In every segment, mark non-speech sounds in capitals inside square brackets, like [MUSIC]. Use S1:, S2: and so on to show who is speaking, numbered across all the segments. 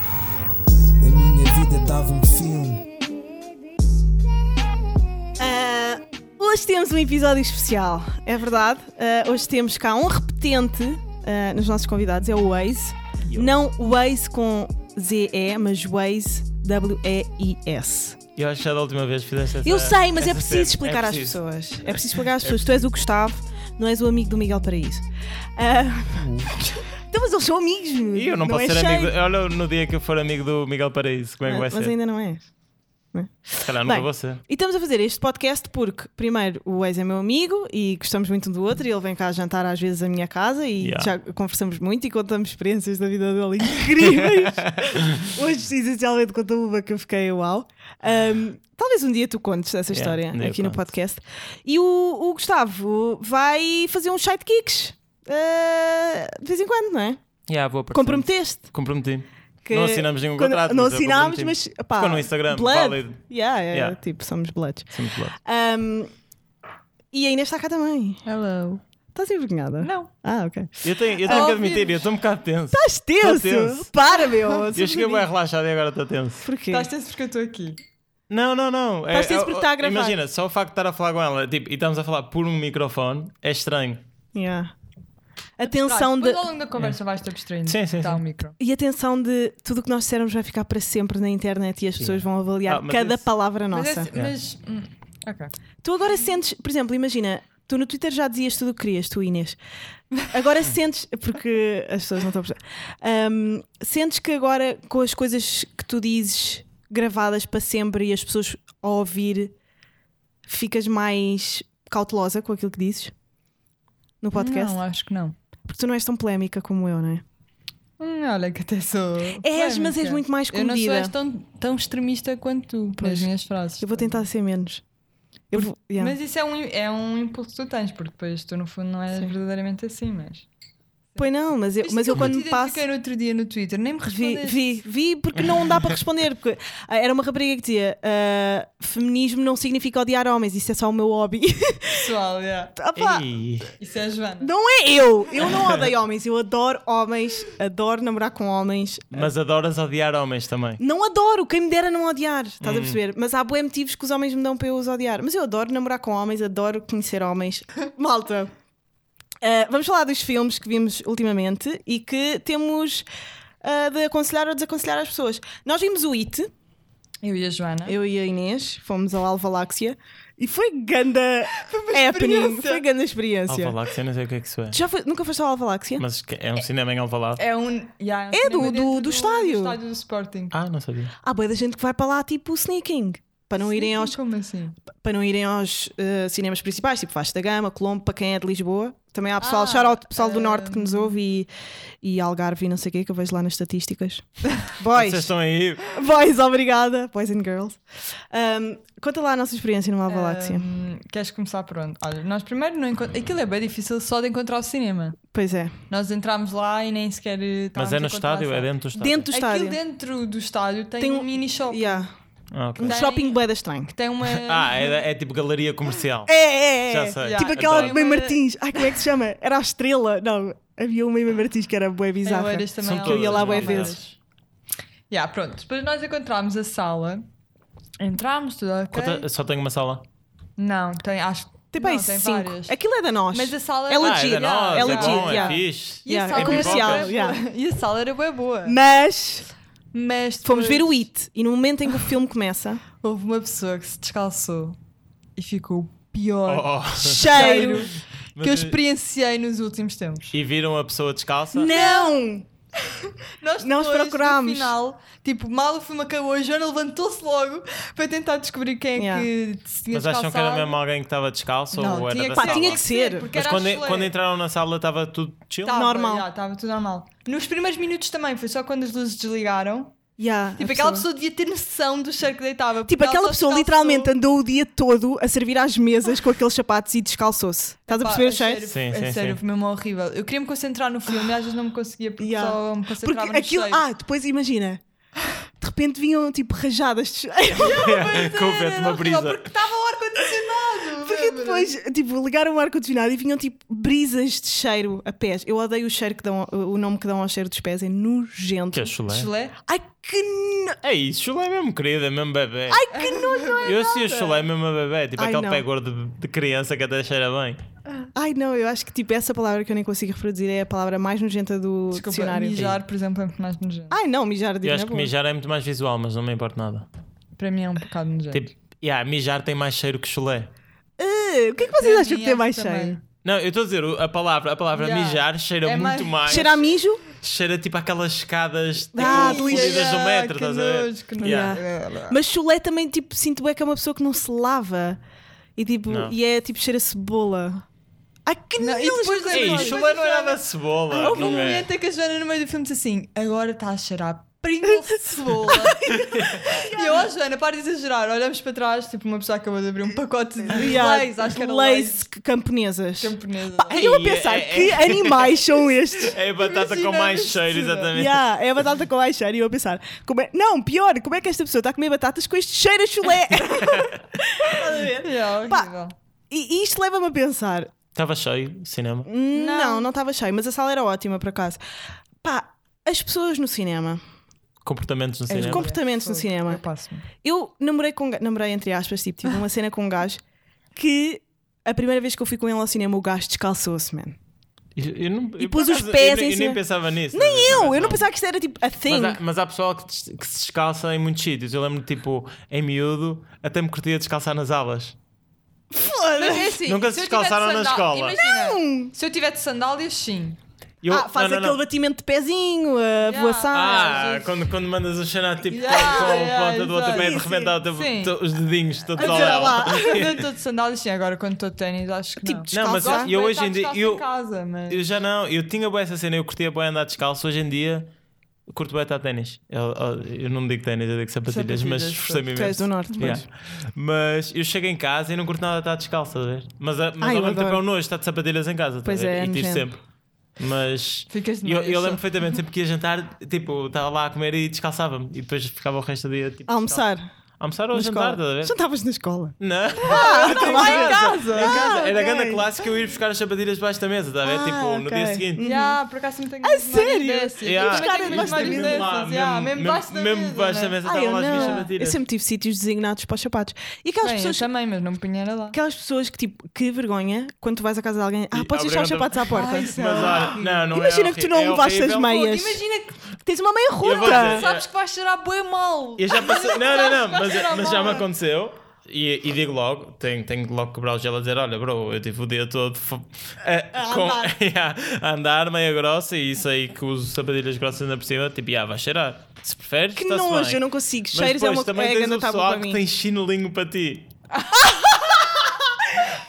S1: A minha vida dava um filme.
S2: Ah, hoje temos um episódio especial, é verdade. Ah, hoje temos cá um repetente ah, nos nossos convidados, é o Waze. Não Waze com Z-E, mas Waze W-E-I-S.
S3: Eu acho que já da última vez fizeste essa
S2: Eu sei, mas é
S3: essa
S2: preciso
S3: cena.
S2: explicar
S3: É
S2: às
S3: preciso.
S2: pessoas. É preciso explicar às pessoas. Tu és o Gustavo, não és o amigo do Miguel Paraíso. Ah, [LAUGHS] então, mas eles são amigos.
S3: Uh. Ih, eu não, posso
S2: é
S3: ser
S2: cheio. Ah,
S3: amigo. de- Olha, no dia que eu for amigo do Miguel Paraíso, como é que vai
S2: Mas
S3: ser?
S2: ainda não és.
S3: Se calhar nunca
S2: Bem,
S3: vou ser.
S2: E estamos a fazer este podcast porque, primeiro, o ex é meu amigo e gostamos muito um do outro. E ele vem cá jantar às vezes à minha casa e
S3: Yeah.
S2: já conversamos muito e contamos experiências da vida dele
S3: [LAUGHS]
S2: incríveis. Hoje, essencialmente, contou uma que eu fiquei uau. Um, talvez um dia tu contes essa
S3: Yeah,
S2: história
S3: um dia eu
S2: aqui no
S3: conto.
S2: podcast. E o, o Gustavo vai fazer uns sidekicks uh, de vez em quando, não é?
S3: Yeah, vou aparecer.
S2: Comprometeste.
S3: Comprometi.
S2: que-
S3: Não assinamos nenhum
S2: quando-
S3: contrato,
S2: Não
S3: mas é eu
S2: assinámos,
S3: comprometi-me.
S2: mas. Pá,
S3: Ficou no Instagram,
S2: blood.
S3: válido.
S2: Yeah, é,
S3: Yeah.
S2: tipo, somos bloods.
S3: Sim, claro.
S2: Um, e ainda está cá também.
S4: Hello.
S2: Estás envergonhada?
S4: Não.
S2: Ah, Tá ok.
S3: Eu tenho, eu tenho que
S4: Óbvio.
S3: admitir, eu estou um bocado tenso.
S2: Estás tenso.
S3: tenso.
S2: Para, meu.
S3: Eu cheguei bem relaxado e agora estou tenso.
S2: Porquê?
S4: Estás tenso porque eu estou aqui.
S3: Não, não, não. É-
S2: Estás tenso
S3: é-
S2: porque está a gravar.
S3: Imagina, só o facto de estar a falar com ela tipo, e estamos a falar por um microfone é estranho.
S2: Yeah.
S4: Mas
S2: Atenção de.
S4: ao longo da conversa vais-te abstraindo.
S3: Sim, sim,
S4: Está
S3: sim.
S4: o micro.
S2: E atenção de tudo o que nós dissermos vai ficar para sempre na internet e as pessoas vão avaliar
S3: Ah, mas
S2: cada
S3: esse-
S2: palavra
S4: Mas,
S2: nossa.
S4: esse- mas hum, ok.
S2: Tu agora sentes, por exemplo, imagina, tu no Twitter já dizias tudo o que querias, tu Inês.
S4: [LAUGHS]
S2: Agora sentes, porque as pessoas não estão a perceber. Hum, sentes que agora com as coisas que tu dizes gravadas para sempre e as pessoas a ouvir, ficas mais cautelosa com aquilo que dizes? No podcast?
S4: Não, acho que não.
S2: Porque tu não és tão polémica como eu, não é?
S4: Hum, olha que até sou.
S2: És, mas
S4: polémica.
S2: É, és muito mais
S4: Eu não sou
S2: comedida.
S4: és tão, tão extremista quanto tu
S2: Pois.
S4: nas minhas frases.
S2: Eu vou tentar ser menos. Eu vou, yeah.
S4: Mas isso é um, é um impulso que tu tens, porque depois tu no fundo não és
S2: Sim.
S4: verdadeiramente assim, mas.
S2: Pois não, mas eu,
S4: Viste
S2: mas
S4: que
S2: eu quando me
S4: te
S2: passo.
S4: identifiquei no outro dia no Twitter, nem me
S2: Vi,
S4: respondeste.
S2: vi, vi, porque não dá para responder. Porque ah, era uma rapariga que dizia: ah, feminismo não significa odiar homens, isso é só o meu hobby. [LAUGHS]
S4: Pessoal, yeah.
S2: Opa,
S3: Ei.
S4: isso é a Joana.
S2: não é eu! Eu não odeio homens, eu adoro homens, adoro namorar com homens.
S3: Mas adoras odiar homens também.
S2: Não adoro, quem me dera não odiar, estás a perceber? Mas há bué motivos que os homens me dão para eu os odiar. Mas eu adoro namorar com homens, adoro conhecer homens. Malta, ah, vamos falar dos filmes que vimos ultimamente e que temos ah, de aconselhar ou desaconselhar as pessoas. Nós vimos o It.
S4: Eu e a Joana.
S2: Eu e a Inês fomos ao Alvaláxia e foi
S4: [LAUGHS]
S2: ganda happening, foi ganda experiência.
S3: Alvaláxia, eu não sei o que é que isso é.
S2: Tu Já foi- nunca foste ao Alvaláxia?
S3: Mas que- é um cinema em Alvalade?
S4: É um. yeah, um
S2: É
S4: cinema
S2: do- do-
S4: dentro
S2: do estádio.
S4: Do estádio do Sporting.
S3: Ah, não sabia.
S2: Há boa da gente que vai para lá tipo sneaking. Para não, irem aos,
S4: Como assim?
S2: para não irem aos eh, cinemas principais, tipo Vasta da Gama, Colombo, para quem é de Lisboa. Também há pessoal,
S4: Ah,
S2: shout out pessoal do
S4: eh,
S2: Norte que nos ouve e, e Algarve e não sei o quê, que eu vejo lá nas
S4: [LAUGHS]
S2: estatísticas.
S3: Vocês
S2: Boys,
S3: estão aí.
S2: boys, obrigada, boys and girls. Ahm, conta lá a nossa experiência no Alvaláxia.
S4: Ahm, queres começar por onde? Olha, nós primeiro não encontramos. Aquilo é bem difícil só de encontrar o cinema.
S2: Pois é,
S4: Nós entrámos lá e nem sequer. eh,
S3: Mas
S4: estávamos
S3: é
S4: a
S3: no
S4: encontrar
S3: estádio?
S4: a
S3: É
S4: sala.
S2: dentro
S3: dentro do estádio?
S2: do
S4: Aquilo
S2: estádio.
S4: dentro do estádio tem,
S2: Tem um-
S4: um mini shop.
S2: Yeah.
S3: Ah, ok.
S2: Um
S4: Tem-
S2: shopping bué da estranho.
S4: Que tem uma.
S3: [LAUGHS] Ah, é, é tipo galeria comercial.
S2: É, é, é.
S3: Já sei.
S2: Tipo
S4: Yeah,
S2: aquela de
S4: Tá, adoro.
S2: Mãe Martins. Ai, como é que se chama? Era a estrela. Não, havia uma em Mãe Martins que era bué
S4: Tem
S2: bizarra.
S4: Oeiras também. é
S3: São
S4: há
S3: todas,
S4: Oeiras,
S2: Eu ia lá
S4: há
S2: bué
S4: Oeiras.
S2: vezes.
S4: Yeah, pronto. Depois nós encontramos a sala. Entramos, tudo ok.
S3: Conta- Só tenho uma sala.
S4: Não, tem, acho que.
S2: Tipo aí,
S4: não, tem
S2: cinco.
S4: várias.
S2: Aquilo é da nós.
S4: Mas a sala
S2: É
S4: Ah,
S2: legit.
S3: ah, é da
S4: yeah,
S3: nós,
S2: é
S3: é
S2: legit.
S3: bom,
S2: yeah.
S3: é fixe.
S4: E a
S2: Yeah, é
S4: sala era
S2: comercial,
S4: bué boa.
S2: yeah.
S4: E a sala era bem boa.
S2: Mas
S4: Mas
S2: fomos
S4: depois
S2: ver o It e no momento em que o filme
S4: [LAUGHS]
S2: começa,
S4: Houve uma pessoa que se descalçou e ficou o pior
S3: Oh, oh.
S2: cheiro.
S4: que eu
S3: Mas- é-
S4: experienciei nos últimos tempos.
S3: E viram a pessoa descalça?
S2: Não!
S4: Nós,
S2: Nós
S4: depois,
S2: procurámos.
S4: No final, tipo, mal o filme acabou, a Joana levantou-se logo para tentar descobrir quem
S2: Yeah.
S4: é que se tinha
S3: Mas acham que era
S4: descalçado.
S3: mesmo alguém que estava descalço
S4: Não,
S3: ou era
S4: tinha
S3: da
S4: que,
S2: Pá,
S4: ser,
S3: sala?
S2: tinha que ser.
S4: porque
S3: Mas
S4: era
S3: quando,
S4: a chulé.
S3: quando entraram na sala estava tudo chill?
S4: Tava,
S2: Normal.
S4: yeah, tava tudo normal. Nos primeiros minutos também, foi só quando as luzes desligaram.
S2: Yeah,
S4: Tipo,
S2: a
S4: aquela pessoa devia ter noção do cheiro que deitava.
S2: Tipo,
S4: porque ela
S2: aquela
S4: só
S2: pessoa
S4: descalçou.
S2: literalmente andou o dia todo a servir às mesas com aqueles sapatos e descalçou-se. Estás a
S4: Pá,
S2: perceber o
S4: é
S2: cheiro?
S4: sério,
S3: Sim,
S4: é
S3: sim,
S4: sério,
S3: sim.
S4: foi mesmo horrível. Eu queria me concentrar no filme, às vezes não me conseguia porque
S2: Yeah.
S4: só me concentrava
S2: Porque
S4: no
S2: aquilo.
S4: cheiro.
S2: Ah, depois imagina. De repente vinham tipo rajadas de cheiro.
S3: Com o vento, uma
S4: Horrível,
S3: brisa.
S4: Porque estava o ar-condicionado.
S2: Porque
S4: lembras?
S2: depois, tipo, ligaram o ar-condicionado e vinham tipo brisas de cheiro a pés. Eu odeio o cheiro que dão, o nome que dão ao cheiro dos pés, é nojento.
S3: Que é chulé.
S4: Chulé?
S2: Ai que no...
S3: É isso, chulé é mesmo querida, é mesmo bebê.
S2: Ai
S4: [LAUGHS]
S2: que nojo é
S3: eu
S2: nada.
S3: sei o chulé é mesmo a bebê, tipo
S2: Ai,
S3: aquele
S2: não.
S3: pé gordo de, de criança que até cheira bem.
S2: Ai não, eu acho que tipo essa palavra que eu nem consigo reproduzir é a palavra mais nojenta do
S4: Desculpa,
S2: dicionário.
S4: mijar, por exemplo, é muito mais nojento.
S2: Ai não, mijar digo
S3: Eu acho
S2: na
S3: que
S2: boa.
S3: mijar é muito mais visual, mas não me importa nada.
S4: Para mim é um bocado nojento.
S3: Tipo, yeah, mijar tem mais cheiro que chulé.
S2: Ah, o que é que vocês
S4: Para
S2: acham
S4: mim
S2: que tem
S4: acho
S2: mais
S4: também.
S2: cheiro?
S3: Não, eu estou a dizer, o- a palavra, a palavra
S4: Yeah.
S3: mijar cheira
S4: É mais-
S3: muito mais.
S2: Cheira a mijo?
S3: Cheira tipo aquelas escadas tipo,
S2: Ah,
S3: fodidas do metro,
S4: que
S3: estás a ver?
S4: nojo, que nojo.
S3: Yeah.
S2: Mas chulé também, tipo, sinto bem que é uma pessoa que não se lava. E tipo,
S3: Não.
S2: e é tipo cheira a cebola. Ai que
S4: Não,
S2: nojo!
S4: e depois é
S3: Ei,
S4: Mas
S3: chulé não é
S4: Joana-
S3: nada cebola.
S4: Houve um
S3: não é.
S4: momento em que a Joana no meio do filme disse assim: agora está a cheirar a
S2: [LAUGHS]
S4: Pringles de cebola. e eu, oh, Joana, para de exagerar. Olhamos para trás, tipo, uma pessoa acabou de abrir um pacote de
S2: Yeah,
S4: leis, acho que era um leis
S2: leis camponesas.
S4: camponesa.
S2: Eu a
S3: Ei,
S2: pensar,
S3: é- é-
S2: que animais são estes?
S3: É a batata
S4: Imagina
S3: com mais
S4: a
S3: cheiro,
S4: mistura.
S3: exatamente.
S2: Yeah, é a batata com mais cheiro. E eu a pensar, como é... não, pior, como é que esta pessoa está a comer batatas com este cheiro a chulé?
S3: [LAUGHS]
S2: Estás a ver?
S4: Yeah,
S2: Pá.
S4: horrível.
S2: E, e isto leva-me a pensar,
S3: Estava cheio o cinema.
S2: Hum. não, não estava cheio, mas a sala era ótima por acaso. Pá, as pessoas no cinema,
S3: Comportamentos no cinema. é.
S2: compor- comportamentos no
S4: Fogo,
S2: cinema.
S4: Eu passo-me.
S2: Eu namorei com um ga- namorei entre aspas, tipo, tive uma cena com um gajo que a primeira vez que eu fui com ele ao cinema, o gajo descalçou-se, man.
S3: Eu- eu não- eu,
S2: pus
S3: por
S2: os
S3: acaso,
S2: pés
S3: eu nem-
S2: em
S3: eu
S2: cima.
S3: nem pensava nisso.
S2: Nem eu! Eu não
S3: pensava.
S2: pensava que isto era tipo a thing.
S3: Mas ah, há, mas há pessoal que, des- que se descalça em muitos sítios. Eu lembro, tipo, em miúdo, até me curtia descalçar nas aulas.
S4: Mas é assim,
S3: Nunca se
S4: eu tiver de
S3: descalçaram na
S4: sandá-
S3: escola.
S4: Imagina, se eu tiver de sandálias, sim.
S3: [LAUGHS] Eu,
S2: Ah, faz
S3: não,
S2: aquele
S3: não, não.
S2: batimento de pezinho, a voaçar.
S3: Ah,
S4: Jesus.
S3: quando, quando mandas um chanar tipo
S4: Yeah,
S3: com
S2: Ah,
S3: a
S4: yeah,
S3: ponta do outro
S4: exato.
S3: pé,
S2: Sim,
S3: de repente dá o teu-
S4: sim.
S3: to- os dedinhos todos ao
S2: Olha lá.
S3: lado.
S4: Quando estou de sandálias, sim. Agora, quando estou de ténis, acho que não.
S2: Tipo,
S3: Não, mas
S2: descalço.
S3: eu
S4: Bem,
S3: hoje
S4: tá
S3: em dia.
S4: descalço
S3: Eu,
S4: em casa,
S3: [LAUGHS]
S4: mas...
S3: eu já não, eu tinha boa essa cena, eu curtia bem andar descalço. Hoje em dia, curto bem estar de ténis. Eu, eu- eu não digo ténis, eu digo sapatilhas, mas
S4: Sapatilhas,
S3: esforcei-me
S2: Tu és
S3: imenso.
S2: do norte, pois.
S3: Yeah. Mas eu chego em casa e não curto nada de estar descalço, estás a ver? Mas, a- mas
S2: Ai, eu
S3: ao mesmo tempo
S2: adoro.
S3: é um nojo estar de sapatilhas em casa, estás
S2: Pois
S3: a ver?
S2: é,
S3: e tiro
S2: nojento.
S3: sempre. Mas
S4: Ficas de
S3: eu,
S4: meia,
S3: eu
S4: só.
S3: lembro perfeitamente, sempre que ia jantar, tipo, estava lá a comer e descalçava-me. E depois ficava o resto do dia tipo,
S2: A almoçar.
S3: descalço. Almoçar ou
S2: Na escola.
S3: jantar, estás a ver? Oh
S2: Jantavas na escola.
S3: Não.
S2: lá em
S3: casa. [LAUGHS] Em casa.
S2: Ah,
S3: Era a
S2: ok.
S3: grande clássica eu ir buscar as sapatilhas debaixo da mesa, está a ver?
S2: Ah,
S3: tipo, no
S2: ok.
S3: dia seguinte.
S4: Ya, por acaso não tenho memórias
S2: sério?
S4: dessas. Eu
S3: Ya.
S4: também tenho
S2: Buscar debaixo da
S4: memórias
S2: mesa.
S4: dessas, ya, Mesmo debaixo da
S3: mesmo
S4: mesa,
S3: debaixo da
S4: né?
S3: mesa
S2: Ah, eu
S3: estavam lá as minhas
S2: não. Eu
S3: sapatilhas.
S2: sempre tive sítios designados para os sapatos. E aquelas
S4: Bem, eu
S2: pessoas.
S4: também, mas não me pinheira lá.
S2: Aquelas pessoas que, tipo, que vergonha quando tu vais à casa de alguém. Ah,
S3: E
S2: podes deixar os
S3: abrem a
S2: sapatos à porta.
S4: Ai, isso é
S3: Mas olha, não, não
S2: Imagina
S3: é
S2: que tu
S3: horrível.
S2: não
S3: É
S2: levaste as
S3: horrível.
S2: meias.
S4: Imagina que
S2: Tens uma meia
S3: vou
S2: rota.
S3: dizer- é-
S4: sabes que vais cheirar bué mal.
S3: Eu já passei. Não, não, não, mas,
S4: Cheira
S3: mas já me
S4: mal.
S3: aconteceu. E, e digo logo, tenho, tenho que logo quebrar o gelo a dizer: Olha, bro, eu tive o dia todo fo- eh,
S2: A
S3: com-
S2: andar.
S3: [LAUGHS] Yeah, a andar meia grossa e sei que uso sapatilhas grossas ainda por cima. Tipo, ah, vai cheirar. Se preferes,
S2: Que
S3: está-se
S2: nojo,
S3: bem.
S2: eu não consigo.
S3: Mas
S2: Cheiros
S3: depois
S2: é uma
S3: também
S2: é
S3: tens
S2: grande
S3: o
S2: tábua
S3: pessoal
S2: para
S3: que
S2: mim.
S3: tem chinelinho para
S2: [LAUGHS]
S3: ti.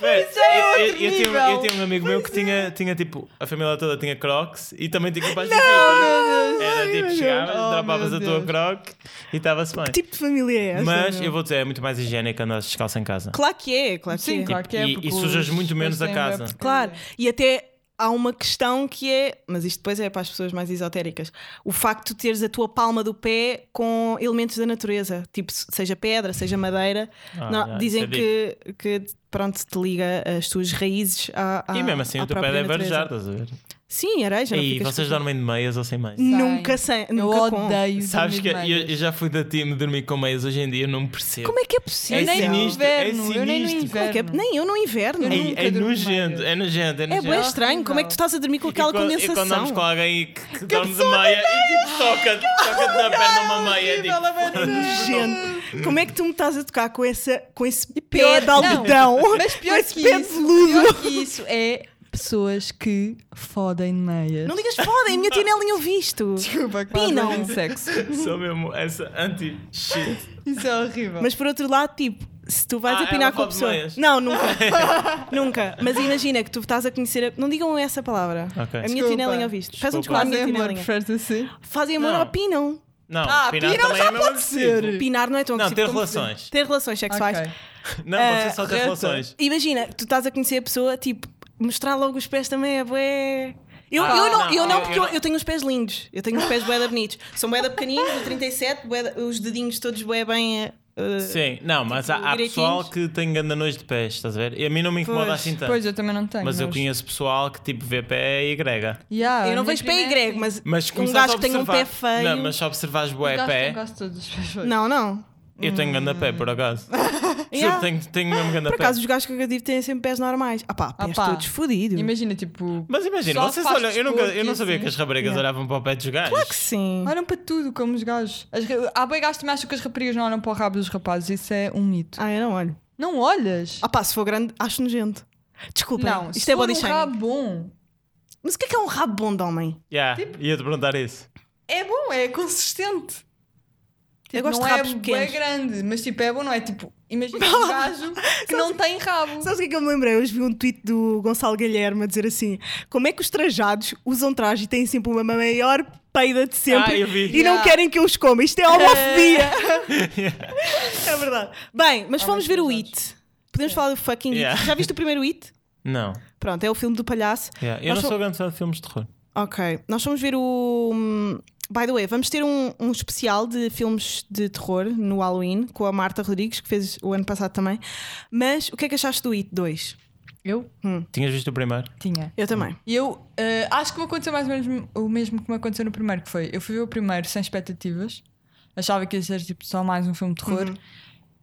S3: Vé,
S2: é
S3: eu, eu, eu, tinha, eu tinha um amigo meu que tinha, tinha tipo, a família toda tinha crocs e também tinha capaz de Era tipo, chegavas,
S4: Oh,
S3: dropavas
S4: meu
S3: a tua
S4: Deus.
S3: croc e estava-se bem.
S2: Que tipo de família é essa?
S3: Mas
S2: meu?
S3: eu vou dizer, é muito mais higiênico andar descalço em casa.
S2: Claro que é, claro que
S4: Sim,
S2: é.
S4: claro que é.
S3: Tipo, E-
S4: porque
S3: e sujas
S4: os-
S3: muito
S4: os
S3: menos a
S4: têm bué
S3: casa.
S4: porcaria.
S2: Claro. E até há uma questão que é, mas isto depois é para as pessoas mais esotéricas, o facto de teres a tua palma do pé com elementos da natureza, tipo se- seja pedra, seja madeira,
S3: Ah,
S2: não,
S3: já,
S2: dizem
S3: isso é
S2: que, que pronto, te liga as tuas raízes à, à
S3: E mesmo assim
S2: ah, à
S3: o teu pé
S2: própria
S3: deve
S2: natureza.
S3: arejar, estás a ver?
S2: Sim, areja. não
S3: E
S2: ficas
S3: vocês
S2: com-
S3: dormem de meias ou sem meias?
S2: Nunca sem,
S4: Eu
S2: nunca com.
S4: odeio.
S3: Sabes que eu, é
S4: dormir de
S3: eu
S4: meias.
S3: já fui da time de dormir com meias hoje em dia, eu não percebo.
S2: Como é que é
S4: Eu
S2: possível?
S4: nem no
S3: sinistro, é
S4: inverno, eu nem no
S3: sinistro.
S2: Como é que é-
S4: inverno.
S2: Nem eu no inverno.
S4: Eu
S3: É, é
S4: nunca dormi de
S3: nojento,
S4: meias.
S3: é nojento, é
S2: É
S3: nojento.
S2: bem estranho. Como é que tu estás a dormir com
S3: E
S2: aquela
S3: quando- E quando andas com
S2: condensação?
S3: alguém que, que dorme de meia e tipo toca-te toca na perna uma meia. Tipo,
S2: Gente, como é que tu me estás a tocar com, essa, com esse pé
S4: pior-
S2: de
S4: não,
S2: algodão?
S4: Mas
S2: com
S4: pior
S2: esse
S4: que,
S2: pé
S4: isso,
S2: peludo?
S4: pior que isso é pessoas que fodem de meias.
S2: Não digas podem, minha tia Nelly ouve isto.
S4: Desculpa,
S2: Pinam. um
S4: não sexo.
S3: Sou mesmo essa anti-shit.
S4: Isso é horrível.
S2: Mas por outro lado, tipo, se tu vais
S3: Ah,
S2: apinar
S3: ela
S2: com a
S3: pode
S2: pessoa.
S3: meias.
S2: Não, nunca. nunca. Mas imagina que tu estás a conhecer. A... Não digam essa palavra.
S3: Ok.
S2: A minha tia
S4: Desculpa.
S2: Nelly ouve isto. Faz um desculpa à
S3: Desculpa.
S4: Fazem
S2: minha tia
S4: é amor,
S2: Nelly.
S4: preferes assim?
S2: Fazem amor
S3: Não.
S2: ou opinam?
S3: Não,
S4: Ah,
S3: pinar
S4: pinar
S3: também
S4: já
S3: é mesmo
S4: pode ser.
S3: agressivo.
S2: Pinar não é tão
S3: Não, ter
S2: agressivo.
S3: relações.
S2: Ter relações sexuais.
S4: Ok.
S3: Não,
S2: Eh,
S3: você só ter
S4: reta.
S3: relações.
S2: Imagina, tu estás a conhecer a pessoa, tipo, mostrar logo os pés também é bué. Eu,
S3: Ah,
S2: eu não,
S3: não,
S2: eu não,
S3: eu-
S2: porque
S3: eu
S2: eu,
S3: não.
S2: eu tenho os pés lindos. Eu tenho os pés bué da bonitos. São bué da pequeninos, o 37, bué da- os dedinhos todos bué bem eh, eh,
S3: Sim, não, mas
S2: Tipo,
S3: há, há pessoal
S2: direitinhos.
S3: que tem gandanões de pés, estás a ver? E a mim não me incomoda assim tanto.
S4: Pois, eu também não tenho.
S3: mas eu conheço pessoal que tipo vê pé e grega.
S4: Yeah,
S2: Eu não
S4: a minha
S2: vejo pé
S4: prima
S2: e
S4: é
S2: grego,
S4: assim.
S2: mas,
S3: Mas se
S2: um
S3: começares
S2: gajo
S3: a
S2: que tem um pé
S3: observar-
S2: feio. Um
S3: Não, mas se observares
S4: Eu
S3: bué
S4: gosto-
S3: pé,
S4: eu gosto de todos os pés feios.
S2: Não, não.
S3: eu tenho ganda pé por acaso.
S2: Hum. [LAUGHS] Yeah.
S3: Juro, tenho, tenho mesmo ganda
S2: Por
S3: pé.
S2: acaso, os gajos que eu digo têm sempre pés normais. Ah pá, pés
S4: pá.
S2: todos fodidos.
S4: Imagina, tipo.
S3: Mas imagina,
S4: Só
S3: vocês
S4: faz
S3: olham, eu, nunca, eu não
S4: desporto e
S3: sabia
S4: assim.
S3: que as raparigas
S2: Yeah.
S3: olhavam para o pé dos gajos.
S2: Claro que sim.
S4: Olham para tudo, como os gajos. As, ra- há bem gajos que também acham que as raparigas não olham para o rabo dos rapazes. Isso é um mito.
S2: Ah, eu não olho.
S4: Não olhas?
S2: Ah pá, se for grande, acho nojento. Desculpa,
S4: não,
S2: isto
S4: se
S2: é
S4: for
S2: body
S4: um
S2: shaming.
S4: rabo bom.
S2: Mas o que é que é um rabo bom de homem?
S3: Yeah,
S2: Tipo-
S3: Ia-te perguntar isso.
S4: É bom, é consistente.
S2: eu gosto
S4: não
S2: de rabos
S4: é bué
S2: pequenos.
S4: grande, mas tipo, é bom, não é? Tipo,
S2: [LAUGHS]
S4: imagina um gajo que não tem rabo.
S2: Sabes o que é que eu me lembrei? Hoje vi um tweet do Gonçalo Guilherme a dizer assim: como é que os trajados usam traje e têm sempre uma maior peida de sempre
S3: Ah, eu vi.
S2: e não
S4: Yeah.
S2: querem que eu os coma? Isto é homofobia! é verdade. Bem, mas fomos ver o It. Podemos falar do fucking
S3: Yeah.
S2: It. Já viste o primeiro It?
S3: Não.
S2: Pronto, é o filme do palhaço.
S3: Yeah. Eu
S2: Nós
S3: não
S2: fo-
S3: sou grande fã de filmes de terror.
S2: Ok, nós vamos ver o. hum, By the way, vamos ter um, um especial de filmes de terror no Halloween com a Marta Rodrigues, que fez o ano passado também. Mas o que é que achaste do It 2?
S4: Eu
S3: Tinhas visto o primeiro?
S4: tinha.
S2: Eu também.
S4: Eu eh, acho que me aconteceu mais ou menos o mesmo que me aconteceu no primeiro, que foi eu fui ver o primeiro sem expectativas, achava que ia ser tipo só mais um filme de terror
S2: Uhum.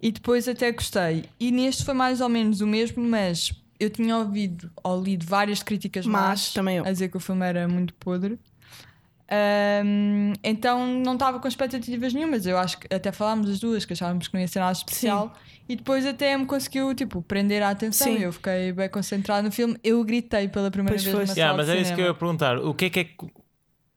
S4: e depois até gostei. E neste foi mais ou menos o mesmo, mas eu tinha ouvido ou lido várias críticas
S2: Mas,
S4: más
S2: também eu.
S4: a dizer que o filme era muito podre. Ahm, então não estava com expectativas nenhumas. Eu acho que até falámos as duas que achávamos que não ia ser nada especial e depois até me conseguiu tipo prender a atenção.
S2: Sim.
S4: Eu fiquei bem concentrado no filme. Eu gritei pela primeira
S2: Pois
S4: vez
S2: foi.
S4: numa
S3: Yeah,
S4: sala
S3: mas
S4: de
S3: era isso que eu
S4: cinema.
S3: ia perguntar. O que é que é. que-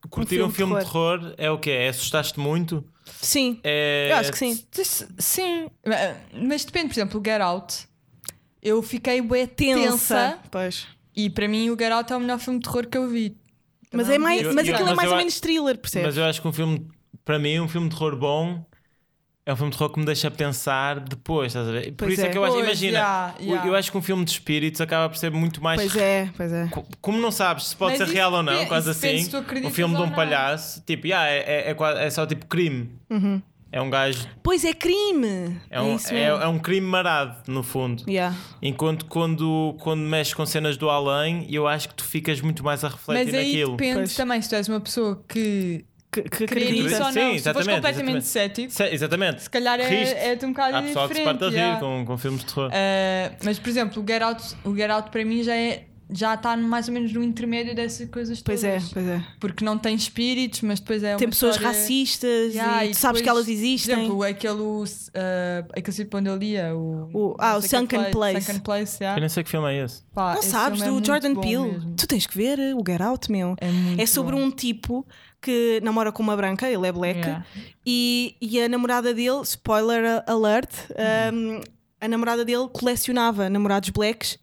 S3: Curtir
S2: filme
S3: um
S2: de
S3: filme, de terror, é o quê? É assustaste muito?
S2: Sim,
S3: É...
S2: eu acho que sim.
S4: S- Sim, eh, mas depende, por exemplo, o Get Out. Eu fiquei bué tensa.
S2: Tensa. Pois.
S4: e para mim o Get Out é o melhor filme de terror que eu vi.
S2: Mas,
S4: Também
S2: é mais,
S3: Eu-
S2: mas
S3: eu-
S2: aquilo é
S3: mas
S2: mais
S3: eu
S2: ou
S3: a-
S2: menos thriller, percebes?
S3: Mas eu acho que um filme, para mim, um filme de terror bom é um filme de terror que me deixa pensar depois, estás a ver? Por
S2: Pois
S3: isso é.
S2: é.
S3: que eu acho,
S4: Pois,
S3: imagina,
S4: yeah,
S3: o-
S4: yeah.
S3: eu acho que um filme de espíritos acaba por ser muito mais.
S2: Pois é, pois é.
S3: co- Como não sabes se pode
S4: Mas
S3: ser
S4: isso
S3: real ou não,
S4: depen-
S3: quase
S4: isso depende
S3: assim,
S4: se tu
S3: um
S4: acreditas
S3: filme de
S4: ou
S3: um
S4: não.
S3: palhaço, tipo, yeah, é, é, é quase- é só tipo crime.
S4: Uhum.
S3: É um gajo,
S2: Pois é crime!
S3: é um,
S2: isso
S3: é, um-
S2: mesmo.
S3: é um crime marado, no fundo.
S2: Yeah.
S3: Enquanto quando, quando mexes com cenas do além, eu acho que tu ficas muito mais a refletir
S4: Mas aí
S3: naquilo.
S4: depende
S2: Pois.
S4: também se tu és uma pessoa que
S2: Que, que
S4: crê
S2: acredita.
S4: nisso ou
S3: Sim,
S4: não. se fores
S3: exatamente,
S4: completamente
S3: exatamente.
S4: cético,
S3: Se- exatamente.
S4: se calhar
S3: Riste.
S4: é, é um bocado
S3: Há pessoal que se
S4: diferente.
S3: parte a rir
S4: yeah.
S3: com, com filmes de terror.
S4: Eh, mas, por exemplo, o Get Out, o Get Out para mim já é. Já está mais ou menos no intermédio dessas coisas
S2: Pois é,
S4: todas.
S2: pois é.
S4: Porque não tem espíritos, mas depois é uma
S2: Tem pessoas
S4: história-
S2: racistas
S4: Yeah,
S2: e tu
S4: e
S2: sabes
S4: depois,
S2: que elas
S4: Por
S2: existem.
S4: exemplo, aquele, uh, aquele sítio onde ele ia, o,
S2: O- ah, o Sunken
S4: Pla-
S2: Place.
S4: Sunken Place, yeah.
S3: Eu nem sei que filme é esse.
S4: Pá,
S2: não
S4: esse
S2: sabes,
S4: filme é
S2: do
S4: muito
S2: Jordan
S4: bom
S2: Peele.
S4: mesmo.
S2: Tu tens que ver eh, o Get Out, meu.
S4: É, muito
S2: É sobre
S4: bom.
S2: um tipo que namora com uma branca, ele é black,
S4: Yeah.
S2: e, e a namorada dele, spoiler alert, um, a namorada dele colecionava namorados blacks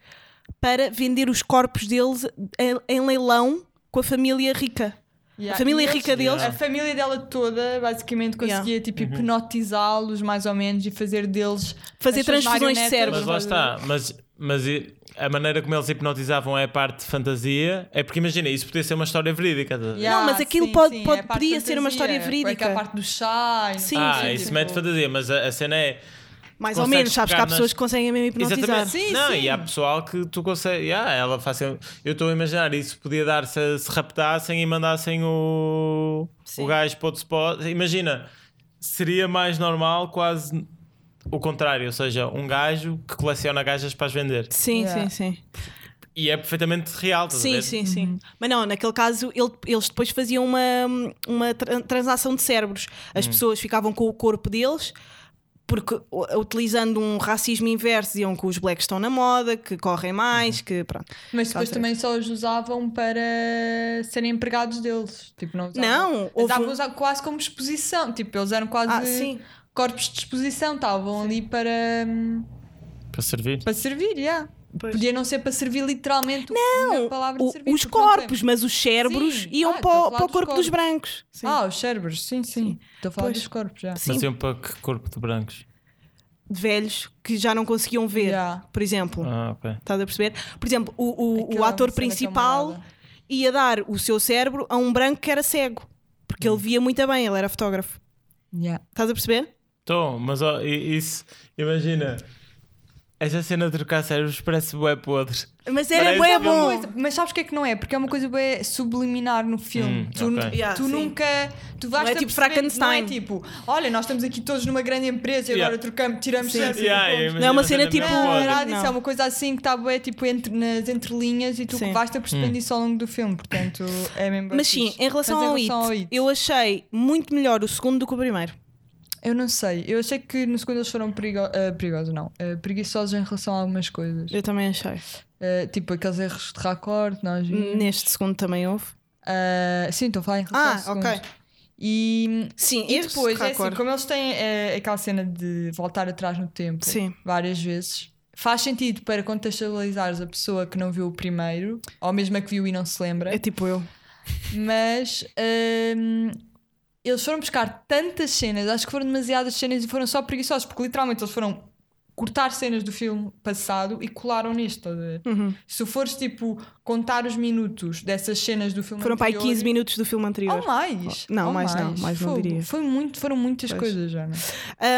S2: para vender os corpos deles em, em leilão com a família rica.
S4: Yeah.
S2: A família
S4: E
S2: rica
S4: eles-
S2: deles-
S4: A família dela toda basicamente conseguia tipo,
S3: Uhum.
S4: hipnotizá-los mais ou menos e fazer deles.
S2: Fazer
S4: as suas
S2: transfusões de
S4: marionetas.
S2: cérebro.
S3: Mas lá está, mas, mas e- a maneira como eles hipnotizavam é a parte de fantasia. É porque imagina, isso podia ser uma história verídica. tá- estás a ver?
S4: Yeah,
S2: Não, mas aquilo
S4: sim,
S2: pode-
S4: sim,
S2: pode-
S4: é a parte
S2: podia
S4: de
S2: ser uma
S4: fantasia,
S2: história
S4: é
S2: verídica.
S4: aquela parte do chá. e não sei
S2: Sim,
S4: o
S3: Ah,
S4: quê,
S3: isso
S4: tipo-
S3: mete fantasia, mas a, a cena é.
S2: Mais ou
S3: Consegues
S2: menos, sabes que há
S3: pegar nas-
S2: pessoas que conseguem mesmo hipnotizar.
S3: Exatamente.
S4: Sim,
S3: não,
S4: sim.
S3: e há pessoal que tu consegue. Yeah, ela fácil. Eu estou a imaginar isso podia dar se, se raptassem e mandassem o,
S2: Sim.
S3: o gajo para outro spot. Imagina, seria mais normal quase o contrário, ou seja, um gajo que coleciona gajas para as vender.
S2: Sim, sim,
S4: Yeah.
S2: sim.
S3: E é perfeitamente real, estás a
S2: Sim,
S3: ver?
S2: sim, sim.
S4: Uhum.
S2: Mas não, naquele caso ele- eles depois faziam uma, uma tra- transação de cérebros.
S3: Hum.
S2: As pessoas ficavam com o corpo deles, porque u- utilizando um racismo inverso, diziam que os blacks estão na moda, que correm
S3: Uhum.
S2: mais, que pronto.
S4: Mas depois
S2: Tá certo.
S4: também só os usavam para serem empregados deles. Tipo, não usavam.
S2: Não, houve- um-
S4: usavam, usavam quase como exposição. Tipo, eles eram quase
S2: Ah, sim.
S4: corpos de exposição. Estavam ali para, hum,
S3: Para servir.
S4: para servir, yeah.
S2: Pois.
S4: Podia não ser para servir literalmente não, a palavra
S2: O-
S4: de servir.
S2: os
S4: porque não
S2: corpos, mas os cérebros
S4: Sim.
S2: iam
S4: Ah,
S2: para,
S4: estou a
S2: o-
S4: falar
S2: para o
S4: dos
S2: corpo dos
S4: corpos.
S2: brancos. Sim.
S4: tem. Ah, os cérebros, sim, sim. Estou a falar
S2: Pois.
S4: dos corpos, já.
S2: Sim.
S3: Mas iam para que corpo de brancos?
S2: De velhos que já não conseguiam ver,
S4: Yeah.
S2: por exemplo.
S3: Ah, ok.
S2: Estás a perceber? Por exemplo, o, o, o
S4: Aquela
S2: ator
S4: cena que é
S2: principal
S4: amarela.
S2: ia dar o seu cérebro a um branco que era cego, porque ele via muito bem, ele era fotógrafo.
S4: Yeah.
S2: Estás a perceber?
S3: Estou, Então, mas ó, i- isso, imagina, essa cena de trocar cérebros parece bué podre.
S2: Mas era
S3: Parece
S2: bué
S3: que é
S2: bom.
S4: Coisa- Mas sabes o que é que não é? Porque é uma coisa bem subliminar no filme.
S3: Hum,
S4: tu nu-
S3: ok.
S2: Yeah,
S4: tu
S2: sim.
S4: nunca. Tu vais
S2: Não é tipo Frankenstein.
S4: Não é tipo, olha, nós estamos aqui todos numa grande empresa e
S3: Yeah.
S4: agora trocamos, tiramos
S2: Sim.
S4: cérebros e
S3: Yeah,
S4: pomos.
S3: imagina
S2: Não é uma
S3: a
S2: cena tipo-
S3: mesmo
S4: Não, não é
S3: podre.
S4: nada disso,
S2: Não.
S4: é uma coisa assim que está bué, tipo entre, nas entrelinhas e tu
S2: Sim.
S4: vais-te apercebendo isso ao longo do filme, portanto é mesmo bué
S2: Mas sim,
S4: fixe.
S2: em relação,
S4: Mas
S2: ao,
S4: ao
S2: It, eu achei muito melhor o segundo do que o primeiro.
S4: eu não sei, eu achei que no segundo eles foram perigo eh, perigosos, não, eh, preguiçosos em relação a algumas coisas,
S2: Eu também achei.
S4: Eh, tipo aqueles erros de raccord, nós vimos.
S2: Neste segundo também houve.
S4: Ah, sim, estou a falar em relação
S2: Hum. Ah,
S4: ao segundo.
S2: ok.
S4: E,
S2: Sim,
S4: e depois, é assim, como eles têm eh, aquela cena de voltar atrás no tempo
S2: Sim.
S4: várias vezes, faz sentido para contextualizares a pessoa que não viu o primeiro, ou mesmo a que viu e não se lembra,
S2: É tipo eu.
S4: mas ahm, eles foram buscar tantas cenas, acho que foram demasiadas cenas e foram só preguiçosos, porque literalmente eles foram cortar cenas do filme passado e colaram neste, estás a ver?
S2: Uhum.
S4: Se tu fores tipo contar os minutos dessas cenas do filme
S2: Foram para aí
S4: anterior,
S2: 15 minutos do filme anterior.
S4: ou mais.
S2: Não,
S4: ou
S2: mais não, mais não
S4: Fogo.
S2: diria.
S4: Foi muito, foram muitas
S2: Pois.
S4: coisgas, Jana.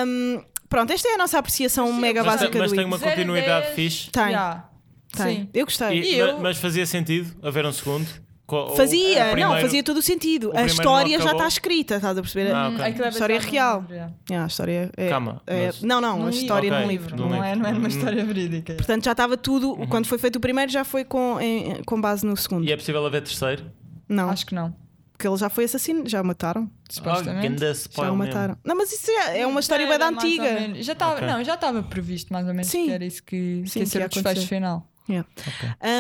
S2: Hum, pronto, esta é a nossa apreciação mega
S3: Mas,
S2: básica
S3: tem- mas
S2: do
S3: tem
S2: It.
S3: uma
S4: Zero
S3: continuidade
S4: dez.
S3: fixe.
S2: Tem,
S4: Yeah.
S2: tem.
S4: Sim.
S2: Eu gostei.
S3: E-
S4: E eu-
S3: ma- Mas fazia sentido haver um segundo? Co- o-
S2: fazia,
S3: o
S2: não,
S3: primeiro-
S2: fazia todo o sentido. A
S3: primeiro
S2: história
S3: não
S2: já
S3: acabou.
S2: está escrita, estás a perceber?
S3: Ah, ok.
S4: Aquilo é
S2: História
S4: baseado
S2: real.
S4: num livro, é.
S2: Yeah, a história é-
S3: Calma,
S2: é-
S3: mas-
S2: não, não,
S4: Num
S2: a história
S3: livro.
S2: num
S3: Ok,
S2: livro.
S3: num
S4: Não,
S3: livro.
S4: é, não é
S3: Uhum.
S4: uma história verídica.
S2: Portanto, já estava tudo, quando foi feito o primeiro, já foi com, em- com base no segundo.
S3: E é possível haver terceiro?
S2: Não,
S4: Acho que não.
S2: porque ele já foi assassino, já o mataram.
S3: Ah,
S4: Supostamente.
S3: ganda
S2: Já
S3: spoiler
S2: o
S3: mesmo.
S2: mataram. Não, mas isso é, é uma história
S4: Já
S2: bem
S4: era
S2: da
S4: mais ou
S2: antiga.
S4: menos- Já estava,
S3: Ok.
S4: não, já estava previsto mais ou menos
S2: Sim.
S4: que era isso que,
S2: Sim,
S4: que ia
S2: que
S4: ser
S2: ia
S4: o desfecho
S2: acontecer.
S4: final.
S2: Yeah.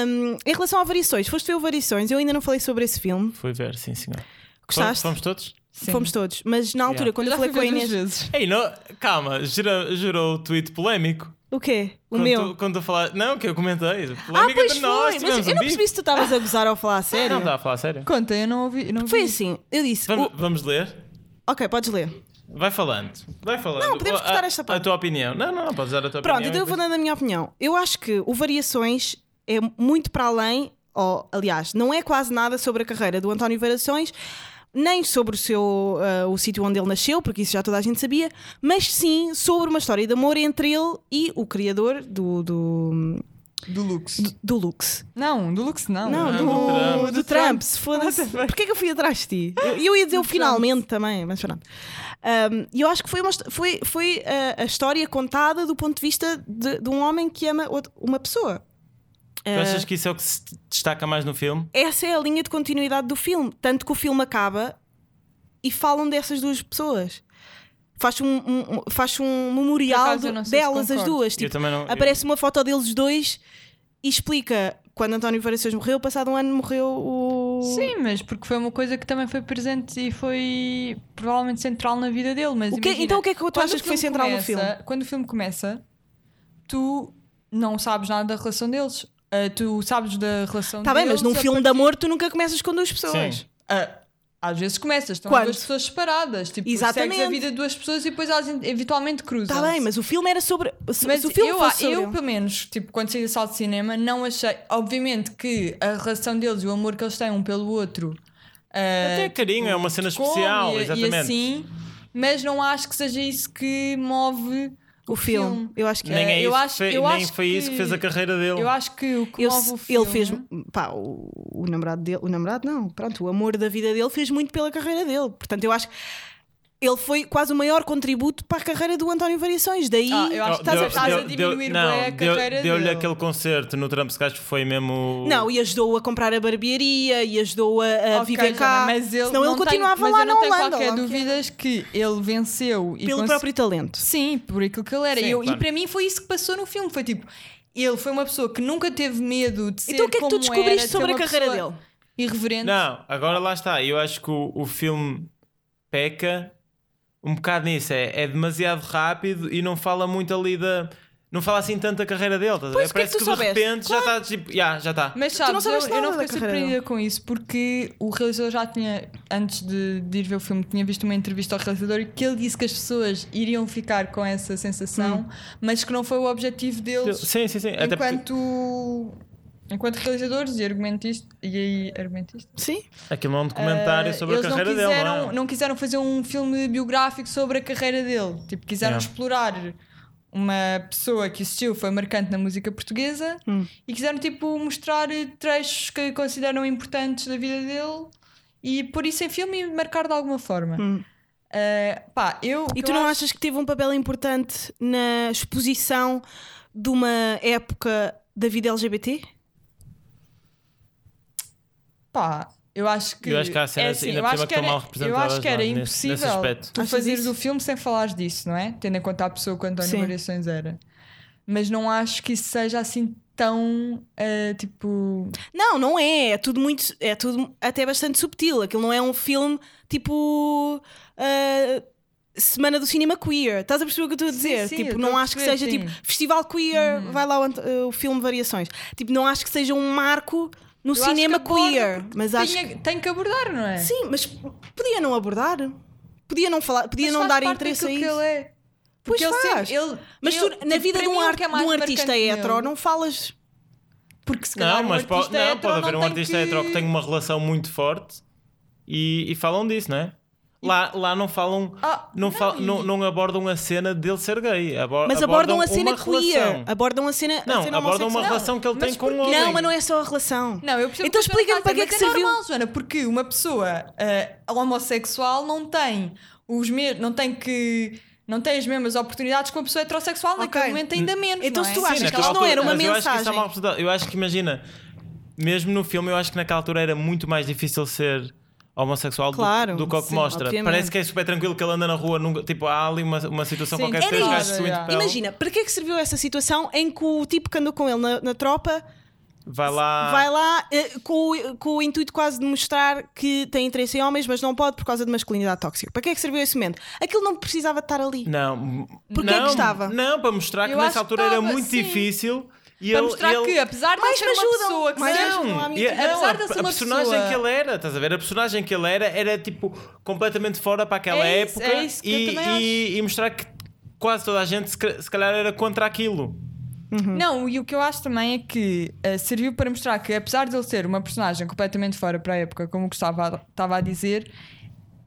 S2: Um, em relação a Variações, foste ver o Variações, eu ainda não falei sobre esse filme.
S3: Fui ver, sim senhor.
S2: Gostaste?
S3: Fomos todos?
S4: Sim.
S2: Fomos todos. Mas na altura,
S3: Yeah.
S2: quando
S4: já
S2: eu falei com a
S4: fui ver duas
S2: Inês.
S4: vezes.
S3: Ei, não, calma, gerou, gerou o tweet polémico.
S2: O quê? O
S3: quando
S2: meu?
S3: Tu, quando tu falar, não, que eu comentei.
S2: Ah,
S3: Polémica
S2: pois
S3: entre nós,
S2: foi! Mas eu
S3: tivemos um
S2: não
S3: bife.
S2: percebi se tu estavas a gozar ou a falar a
S3: Não
S2: sério.
S3: está a falar a sério.
S4: Conta, eu não ouvi. Não
S2: Foi
S4: vi.
S2: assim, eu disse.
S3: Vamos,
S2: o-
S3: vamos ler?
S2: Ok, podes ler.
S3: Vai falando. Vai falando.
S2: Não, podemos
S3: A-
S2: cortar esta
S3: A
S2: parte.
S3: tua opinião. Não, não, não, podes dar a tua
S2: Pronto,
S3: opinião.
S2: então eu vou dando a minha opinião. Eu acho que o Variações é muito para além, ou aliás, não é quase nada sobre a carreira do António Variações, nem sobre o seu ah, o sítio onde ele nasceu, porque isso já toda a gente sabia, mas sim sobre uma história de amor entre ele e o criador do, do,
S4: Do Lux. Ah,
S2: do Lux.
S4: Não, do Lux não.
S2: Não,
S3: não,
S2: do,
S3: do Trump.
S2: do Trump, se foda-se. Porquê é que eu fui atrás de ti? Eu, eu ia dizer o finalmente também, mas pronto. Um, E eu acho que foi, uma hist- foi, foi ah, a, a história contada do ponto de vista de, de um homem que ama outra- uma pessoa.
S3: Tu
S2: Eh.
S3: achas que isso é o que se destaca mais no filme?
S2: Essa é a linha de continuidade do filme. Tanto que o filme acaba e falam dessas duas pessoas. Faz um, um- um- faz um
S4: Por
S2: memorial
S4: acaso, eu não
S2: do-
S4: sei se
S2: delas, as
S4: concordo.
S2: duas.
S3: eu também não. eu-
S2: Tipo, Aparece uma foto deles dois e explica quando António Variações morreu, passado um ano morreu o.
S4: Sim, mas porque foi uma coisa que também foi presente e foi provavelmente central na vida dele. Mas
S2: O que-
S4: imagina,
S2: então o que é que tu
S4: quando
S2: achas
S4: o
S2: que foi
S4: filme
S2: central no
S4: começa-
S2: filme?
S4: Quando o filme começa, tu não sabes nada da relação deles. Ah, tu sabes da relação
S2: Está Tá bem,
S4: deles.
S2: mas num
S4: a
S2: filme de
S4: partir-
S2: amor tu nunca começas com duas pessoas.
S3: Sim.
S4: Ah, às vezes começas, estão
S2: Quando?
S4: duas pessoas separadas. Tipo,
S2: Exatamente.
S4: segues a vida de duas pessoas e depois elas in- eventualmente cruzam.
S2: Está Tá bem, mas o filme era sobre. Se,
S4: Mas
S2: se o filme
S4: eu,
S2: fosse sobre
S4: eu,
S2: ele.
S4: pelo menos, tipo, quando saí da sala de cinema, não achei. Obviamente que a relação deles e o amor que eles têm um pelo outro. ah,
S3: Até carinho, é uma cena
S4: como
S3: especial,
S4: e,
S3: exatamente.
S4: E assim, mas não acho que seja isso que move
S2: o filme. Eu acho que.
S3: nem
S4: eh,
S3: é isso
S4: eu
S3: que
S4: acho-
S3: fe-
S4: eu
S3: nem
S4: acho
S3: foi isso que
S4: que-
S3: fez a carreira dele.
S4: Eu acho que o que
S2: Eu-
S4: move o filme.
S2: ele fez. Pá, o, o namorado dele. O namorado não. Pronto, o amor da vida dele fez muito pela carreira dele. Portanto, eu acho que. Ele foi quase o maior contributo para a carreira do António Variações. Daí
S4: Ah, eu acho que
S2: estás
S4: deu-
S2: a perceber.
S4: diminuir bué a
S3: deu-
S4: carreira
S3: Deu-lhe
S4: dele.
S3: aquele concerto no Trump, se acho que foi mesmo.
S2: Não, e ajudou-o a comprar a barbearia e ajudou-a a
S4: Ok,
S2: viver cá.
S4: Joana, mas ele
S2: Senão
S4: não
S2: ele
S4: tem-
S2: continuava
S4: mas
S2: lá
S4: eu
S2: na
S4: não tenho
S2: Holanda.
S4: qualquer
S2: lá o que é.
S4: dúvidas que ele venceu e
S2: Pelo
S4: conse-
S2: próprio talento.
S4: Sim, por aquilo que ele era.
S3: Sim,
S4: e, eu-
S3: claro.
S4: e para mim foi isso que passou no filme. Foi tipo, ele foi uma pessoa que nunca teve medo de ser.
S2: Então o que é que tu
S4: como
S2: descobriste
S4: era, de ser
S2: sobre a
S4: uma
S2: carreira
S4: pessoa
S2: dele?
S4: Irreverente.
S3: Não, agora lá está. Eu acho que o, o filme peca um bocado nisso. É, é demasiado rápido e não fala muito ali da. Não fala assim tanto da carreira dele. estás a
S2: Pois,
S3: ver?
S2: o que é que
S3: Parece
S2: tu
S3: que, de
S2: soubeste?
S3: repente já está tipo. "Ya, já está.
S4: Mas
S2: Tu não
S4: sabes, eu,
S2: soubeste
S4: eu não
S2: nada da
S4: fiquei
S2: carreira
S4: surpreendida com isso porque o realizador já tinha, antes de, de ir ver o filme, tinha visto uma entrevista ao realizador que ele disse que as pessoas iriam ficar com essa
S3: Hum.
S4: sensação, mas que não foi o objetivo deles
S3: Sim, sim, sim. Até porque-
S4: enquanto Enquanto realizadores e argumentistas. E aí, argumentistas?
S2: Sim.
S3: Aquilo é um documentário
S4: Ah,
S3: sobre a
S4: eles
S3: carreira
S4: não quiseram,
S3: dele, não é?
S4: não quiseram fazer um filme biográfico sobre a carreira dele. Tipo, quiseram
S3: Yeah.
S4: explorar uma pessoa que existiu, foi marcante na música portuguesa
S2: Hum.
S4: e quiseram, tipo, mostrar eh, trechos que consideram importantes da vida dele e pôr isso em filme e marcar de alguma forma.
S2: Hum.
S4: Ah, pá, eu.
S2: E
S4: eu
S2: tu não
S4: acho-
S2: achas que teve um papel importante na exposição de uma época da vida LGBT?
S4: Pá, eu acho que.
S3: Eu acho que há cenas
S4: assim,
S3: ainda
S4: eu
S3: por
S4: acho
S3: cima que
S4: que
S3: estão
S4: era,
S3: mal
S4: eu acho
S3: representadas
S4: que era
S3: lá, nesse- nesse
S4: impossível
S3: aspecto.
S4: tu
S2: Achas
S4: fazeres
S2: isso?
S4: o filme sem falares disso, não é? Tendo em conta a pessoa que o António
S2: Sim.
S4: Variações era. Mas não acho que isso seja assim tão. ah, tipo.
S2: Não, não é. É tudo muito. É tudo até bastante subtil. Aquilo não é um filme tipo. ah, Semana do Cinema Queer. Estás a perceber o que eu estou a dizer?
S4: sim, eu
S2: tipo,
S4: estou
S2: não
S4: a
S2: acho que
S4: perceber,
S2: seja
S4: sim. Uhum.
S2: tipo Festival Queer, vai lá o, Ant- o filme Variações. Tipo, não acho que seja um marco no
S4: eu acho
S2: cinema
S4: que aborda
S2: queer.
S4: porque
S2: Mas
S4: tinha-
S2: acho que.
S4: Tem que abordar, não é?
S2: Sim, mas podia não abordar. Podia não falar, podia
S4: Mas
S2: não
S4: faz
S2: dar
S4: parte
S2: interesse a
S4: daquilo
S2: isso.
S4: que ele é.
S2: Pois
S4: Porque ele
S2: faz.
S4: sempre- ele-
S2: Mas tu,
S4: ele-
S2: na
S4: tipo,
S2: vida
S4: para
S2: de um,
S4: mim, o
S2: ar-
S4: que é
S2: de
S4: mais
S2: um artista
S4: marcante nele-
S2: hetero não falas.
S4: Porque se calhar
S3: Não,
S4: um
S3: mas
S4: artista
S3: pode, não,
S4: hetero
S3: pode haver
S4: não
S3: um
S4: tem
S3: artista
S4: que-
S3: hetero que tem uma relação muito forte e, e falam disso, não é? Lá, lá não falam.
S4: Ah,
S3: Não, fal-
S4: e-
S3: não, não abordam a cena dele ser gay. abor-
S2: Mas abordam, a
S3: uma
S2: cena queer.
S3: relação.
S2: Abordam a cena. a
S3: Não,
S2: cena
S3: abordam uma
S2: homossexual.
S3: relação que ele
S4: Mas
S3: tem com o
S4: porquê?
S3: homem.
S2: Não, mas não é só a relação.
S4: Não, eu percebo
S2: Então
S4: o que a Joana
S2: explica-me
S4: está a
S2: para que é
S4: dizer,
S2: que
S4: mas é
S2: serviu.
S4: normal, Joana, porque uma pessoa ah, homossexual não tem os me- não tem que não tem as mesmas oportunidades que uma pessoa heterossexual naquele
S2: Ok.
S4: momento ainda menos.
S2: Então
S4: não
S2: se
S4: é?
S2: tu
S3: Sim,
S2: achas que
S3: naquela
S2: eles não eram uma
S3: mas Eu acho que isso é
S2: mensagem?
S3: mal representado. Eu acho que, imagina, mesmo no filme, eu acho que naquela altura era muito mais difícil ser homossexual do-
S2: Claro,
S3: do, que o que
S2: sim,
S3: mostra.
S2: obviamente.
S3: Parece que é super tranquilo que ele anda na rua, nunca- tipo, há ali uma, uma situação
S4: Sim,
S3: qualquer que
S2: era
S3: três
S2: isso.
S3: gajos se
S4: Yeah.
S3: interpelam,
S2: é Imagina, para que é que serviu essa situação em que o tipo que andou com ele na, na tropa
S3: vai lá.
S2: vai lá eh, com, o- com o intuito quase de mostrar que tem interesse em homens, mas não pode por causa de masculinidade tóxica? Para que é que serviu esse momento? Aquilo não precisava de estar ali.
S3: Não,
S2: Porque é que
S3: não,
S2: estava?
S3: Não, para mostrar que
S4: Eu acho
S3: nessa
S4: que
S3: altura era
S4: estava,
S3: muito
S4: sim.
S3: difícil e
S4: Para
S3: ele.
S4: mostrar
S3: ele-
S4: que apesar de
S2: Mais
S4: ele ser
S2: me
S4: uma
S2: ajudam,
S4: pessoa que
S2: mais
S4: seja-
S2: ajudam. Não há
S3: Não,
S2: muito
S3: e-
S2: tempo.
S3: não,
S4: Apesar
S3: a,
S4: de ser
S3: a
S4: uma
S3: personagem
S4: pessoa-
S3: que ele era, estás a ver? A personagem que ele era era tipo completamente fora para aquela
S4: É isso,
S3: época
S4: é isso que eu
S3: e,
S4: também
S3: e- e mostrar que quase toda a gente se, ca- se calhar era contra aquilo.
S2: Uhum.
S4: Não, e o que eu acho também é que eh, serviu para mostrar que, apesar de ele ser uma personagem completamente fora para a época, como o Gustavo a- estava a dizer,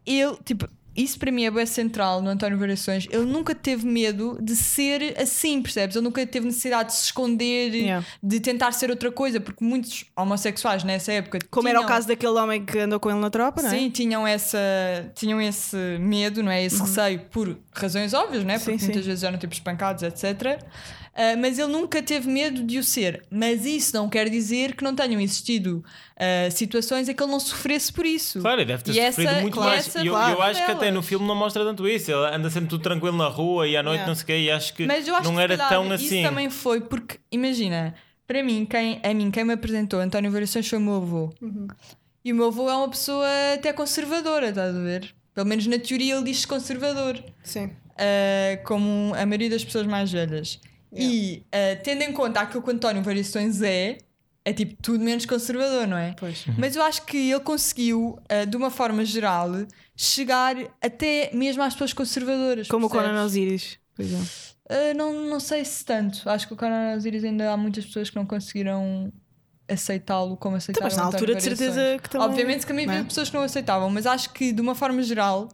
S4: ele, tipo, isso para mim é bem central no António Variações. Ele nunca teve medo de ser assim, percebes? Ele nunca teve necessidade de se esconder,
S2: Yeah.
S4: de tentar ser outra coisa, porque muitos homossexuais nessa época.
S2: Como era o
S4: tinham-
S2: caso daquele homem que andou com ele na tropa, não é?
S4: Sim, tinham, essa, tinham esse medo, não é? Esse receio por razões óbvias, não é? Porque
S2: Uhum. Sim,
S4: muitas
S2: sim.
S4: vezes eram tipo espancados, etc. Ah, mas ele nunca teve medo de o ser. Mas isso não quer dizer que não tenham existido ah, situações em que ele não sofresse por isso.
S3: Claro, e deve ter
S4: E essa-
S3: sofrido muito
S4: claro,
S3: mais.
S4: essa-
S3: E eu,
S4: claro,
S3: eu acho que até
S4: delas.
S3: no filme não mostra tanto isso. Ele anda sempre tudo tranquilo na rua e à noite
S2: Yeah.
S3: não sei o quê, e acho que
S4: Mas eu acho
S3: não
S4: que
S3: era
S4: se calhar,
S3: tão assim.
S4: Isso também foi porque, imagina, para mim, quem, a mim, quem me apresentou António Variações foi o meu avô.
S2: Uhum.
S4: E o meu avô é uma pessoa até conservadora, estás a ver? Pelo menos na teoria ele diz conservador.
S2: Sim.
S4: uh, como a maioria das pessoas mais velhas. E uh, tendo em conta aquilo que o António Variações é, é tipo tudo menos conservador, não é?
S2: Pois.
S4: Mas eu acho que ele conseguiu, uh, de uma forma geral, chegar até mesmo às pessoas conservadoras.
S2: Como o
S4: percebes?
S2: Conan Osiris. Por exemplo.
S4: Uh, não, não sei se tanto. Acho que o Conan Osiris ainda há muitas pessoas que não conseguiram aceitá-lo como
S2: Então,
S4: aceitaram
S2: Mas na
S4: o António
S2: altura de
S4: Variações.
S2: certeza que também.
S4: Obviamente que a
S2: não
S4: maioria
S2: é?
S4: de pessoas que não aceitavam, mas acho que de uma forma geral,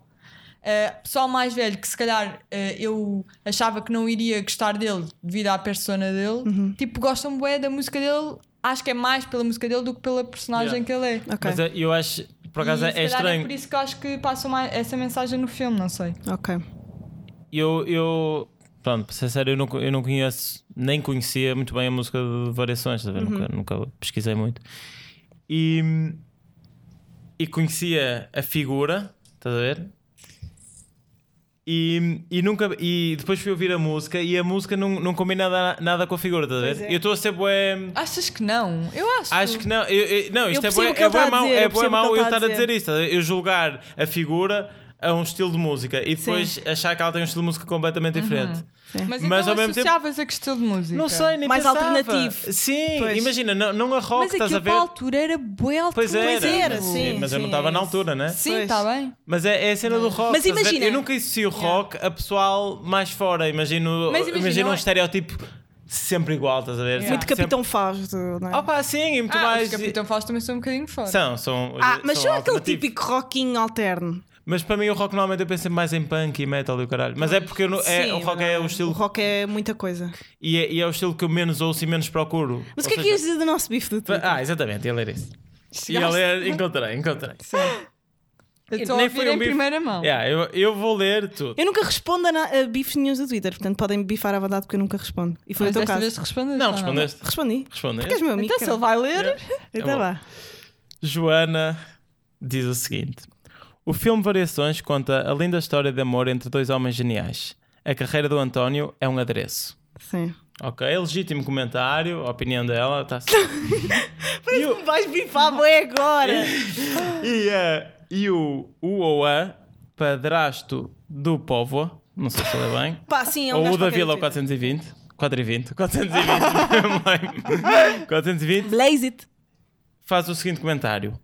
S4: eh, pessoal mais velho que se calhar eh, eu achava que não iria gostar dele devido à persona dele,
S2: Uhum.
S4: tipo, gostam bué da música dele, acho que é mais pela música dele do que pela personagem
S3: Yeah.
S4: que ele é.
S2: Ok,
S3: Mas eh, eu acho, por acaso,
S4: E,
S3: é
S4: se calhar É
S3: estranho.
S4: por isso que eu acho que passam mais essa mensagem no filme, não sei.
S2: ok.
S3: eu, eu pronto, para ser sério, eu não, co- eu não conheço, nem conhecia muito bem a música de Variações, estás a ver? nunca, nunca pesquisei muito. E, e conhecia a figura, estás a ver? E, e nunca e depois fui ouvir a música e a música não, não combina nada, nada com a figura, estás a ver? Eu estou a ser bué,
S4: Achas que não? Eu acho.
S3: Acho que não. Eu, eu- não, isto é
S2: Tipo, percebo
S3: bué,
S2: o que ele
S3: é bué
S2: tá a
S3: mau,
S2: dizer,
S3: é
S2: eu percebo
S3: bué
S2: o que
S3: mau
S2: ele tá
S3: eu
S2: a
S3: estar a dizer
S2: dizer.
S3: isto. Eu julgar a figura a um estilo de música e depois achar que ela tem um estilo de música
S2: Uhum.
S3: completamente diferente.
S4: Mas,
S3: Mas
S4: então
S3: ao mesmo tempo-
S4: associavas a que estilo de música?
S3: Não sei, nem
S2: Mais
S3: pensava.
S2: alternativo.
S3: Sim,
S2: Pois.
S3: imagina, não, não a rock,
S4: Mas
S3: estás a
S4: aquilo
S3: ver?
S4: para a altura era é bué
S3: Pois é, era,
S2: era,
S3: mas,
S2: sim,
S3: mas eu não
S2: sim,
S3: estava
S2: é
S3: na
S2: isso.
S3: altura, né?
S4: Sim,
S2: Pois.
S4: está bem.
S3: Mas é, é a cena do rock.
S2: Mas
S3: estás a ver?
S2: imagina-
S3: Eu nunca associo o rock a pessoal mais fora. Imagino,
S4: Mas imagina,
S3: imagino
S4: não
S3: um
S4: é-
S3: estereótipo sempre igual, estás a ver?
S4: Yeah.
S3: Sempre-
S4: Muito
S2: Muito Tipo, Capitão Fausto, não é?
S3: Opa, sim, e muito
S4: Ah,
S3: mais.
S4: os Capitão Fausto também são um bocadinho fora.
S3: São, são.
S2: ah, mas
S3: são
S2: são aquele
S3: alternativo.
S2: típico rockinho alterno.
S3: Mas para mim o rock normalmente eu penso mais em punk e metal e o caralho. Mas é porque eu não- é,
S2: Sim,
S3: o rock é
S2: não,
S3: o estilo.
S2: O rock é muita coisa.
S3: E é, e é o estilo que eu menos ouço e menos procuro.
S2: Mas o
S3: Ou
S2: que é que
S3: seja-
S2: ias dizer do nosso bife do Twitter?
S3: Ah, exatamente, ia ler isso. Ia
S4: Chegaste-
S3: ler, encontrei, encontrei.
S4: Eu estou a
S3: Nem
S4: ouvir
S3: foi um
S4: em
S3: bife.
S4: primeira mão.
S3: Yeah, eu, eu vou ler tudo.
S2: Eu nunca respondo a, na- a bifes nenhums do Twitter, portanto podem me bifar à vontade porque eu nunca respondo. E foi
S4: Mas
S2: o teu
S4: desta
S2: caso.
S4: vez respondeste. é?
S3: Não,
S4: ou
S3: respondeste.
S2: Respondi. Porque és
S3: Respondeste.
S2: meu amigo.
S4: Então se ele vai ler,
S2: Então
S3: bom.
S2: vá.
S3: Joana diz o seguinte: O filme Variações conta a linda história de amor entre dois homens geniais. A carreira do António é um adereço.
S2: Sim.
S3: Ok, é legítimo comentário, a opinião dela está certo. E o-
S2: Vais bifar, bué agora!
S3: E, eh, e o, o ou a padrasto do povo, não sei se ele é bem,
S2: [LAUGHS] Pá, sim, é um
S3: ou o
S2: gajo
S3: da
S2: qualquer
S3: Vila
S2: do
S3: o
S2: Twitter.
S3: 420, 420, [LAUGHS] 420, 420,
S2: Blaze it!
S3: faz o seguinte comentário: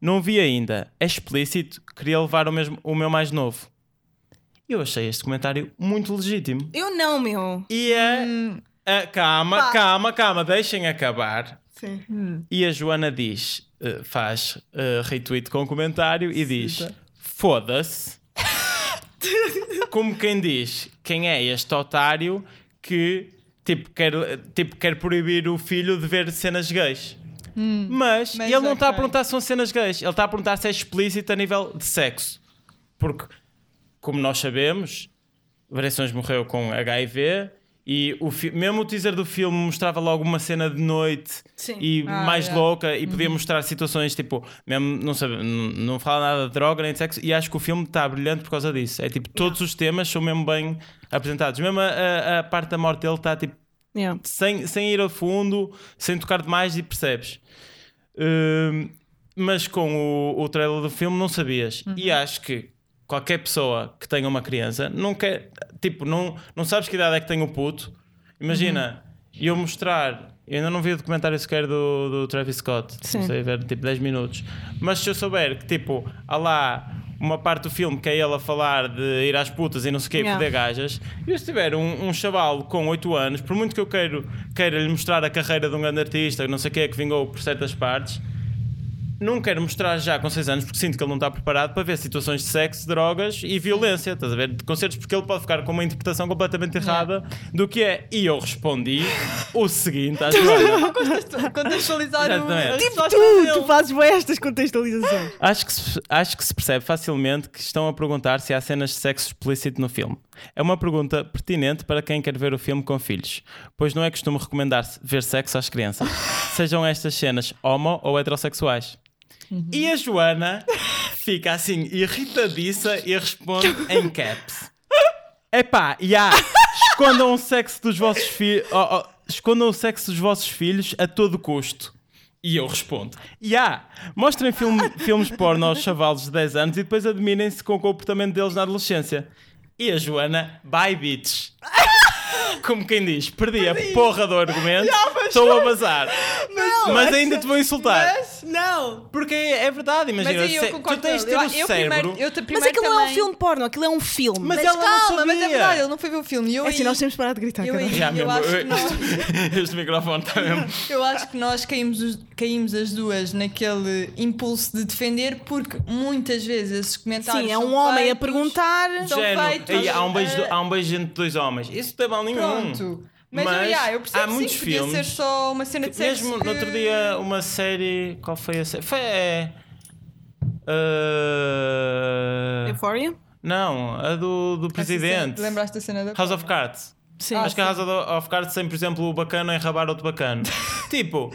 S3: Não vi ainda, é explícito, queria levar o, mesmo, o meu mais novo. Eu achei este comentário muito legítimo.
S2: Eu não, meu.
S3: E é. a- calma,
S2: Hum. Pá.
S3: calma, calma, deixem acabar.
S2: Sim.
S3: E a Joana diz, eh, faz eh, retweet com o comentário e diz:
S4: [LAUGHS]
S3: Foda-se. Como quem diz, quem é este otário que tipo quer, tipo, quer proibir o filho de ver cenas gays? mas,
S4: Hum. mas é
S3: ele não está a
S4: ok.
S3: perguntar se são cenas gays, ele está a perguntar se é explícito a nível de sexo. Porque, como nós sabemos, Variações morreu com HIV e o fi- mesmo o teaser do filme mostrava logo uma cena de noite
S2: Sim.
S3: e
S4: Ah,
S3: mais
S4: é.
S3: louca e podia mostrar situações tipo, mesmo não, sabe, n- não fala nada de droga nem de sexo e acho que o filme está brilhante por causa disso. É tipo, todos os temas são mesmo bem apresentados. Mesmo a, a- a parte da morte dele está tipo
S2: Yeah.
S3: sem, sem ir a fundo, sem tocar demais e percebes. Hum, mas com o, o trailer do filme não sabias. E acho que qualquer pessoa que tenha uma criança não quer, tipo, não, não sabes que idade é que tem o puto. Imagina, eu mostrar, eu ainda não vi o documentário sequer do, do Travis Scott,
S2: Sim.
S3: não sei ver tipo 10 minutos, mas se eu souber que tipo, há lá uma parte do filme que é ele a falar de ir às putas e não sei o quê,
S2: Yeah.
S3: foder gajas, e eu se tiver um, um chaval com 8 anos, por muito que eu queiro, queira lhe mostrar a carreira de um grande artista, não sei o quê, que vingou por certas partes, não quero mostrar já com 6 anos porque sinto que ele não está preparado para ver situações de sexo, drogas e violência, estás a ver? De concertos, porque ele pode ficar com uma interpretação completamente errada do que é. E eu respondi o seguinte à Joana.
S4: Contextu- contextualizar o.
S3: Exatamente.
S4: a
S3: Tipo
S4: resposta
S2: Tu,
S4: dele.
S2: tu fazes bué estas contextualizações.
S3: Acho que, se, acho que se percebe facilmente que estão a perguntar se há cenas de sexo explícito no filme. É uma pergunta pertinente para quem quer ver o filme com filhos, pois não é costume recomendar se ver sexo às crianças, sejam estas cenas homo ou heterossexuais. E a Joana fica assim irritadiça e responde em caps. Epá, e há escondam o sexo dos vossos filhos, escondam o sexo dos vossos filhos a todo custo. E eu respondo: Ya! mostrem filme- filmes porno aos chavalos de 10 anos e depois admirem-se com o comportamento deles na adolescência. E a Joana, bye bitch. Como quem diz, perdi, a porra do argumento, estou a bazar. Mas, ainda te vou insultar.
S4: Mas-
S2: Não!
S3: Porque é é verdade, imagina.
S4: Mas aí eu
S3: se-
S4: concordo
S3: tu tens de
S4: com
S3: ter o
S4: ele. eu, eu
S3: cérebro.
S4: primeiro, eu te-
S2: Mas
S4: primeiro
S2: aquilo não é um
S4: também-
S2: filme porno, aquilo é um filme.
S3: Mas
S4: Mas
S3: ela não
S4: calma, mas é
S3: sabia.
S4: verdade, ele não foi ver o filme. E Eu
S2: É assim,
S4: aí-
S2: nós temos de parar de gritar.
S4: eu
S2: cada um.
S4: aí-
S3: Já,
S4: eu
S3: mesmo,
S4: acho que
S3: eu-
S4: nós-
S3: [LAUGHS] Este microfone está mesmo.
S4: Eu acho que nós caímos, os- caímos as duas naquele impulso de defender, porque muitas vezes esses comentários.
S2: Sim, é
S4: são
S2: um homem a
S4: feitos-
S2: perguntar.
S4: São
S3: Género,
S4: feitos,
S3: "Ei, há, um beijo,
S4: eh,
S3: há um beijo entre dois homens. Isso não tem mal nenhum.
S4: Pronto. Mas,
S3: Hum. Mas
S4: eu, yeah, eu percebo
S3: há muitos
S4: sim, podia
S3: filmes
S4: ser só uma cena de sexo.
S3: Tipo, Mesmo
S4: que-
S3: no outro dia, uma série. Qual foi a série? Foi. é, eh,
S2: Euphoria?
S3: não, a do, do
S4: Essa cena-
S3: presidente.
S4: Lembraste da cena da. Ah,
S3: House of Cards.
S2: Sim.
S3: acho que a House of of Cards tem, por exemplo, o bacana a enrabar outro
S4: [LAUGHS]
S3: bacana. tipo,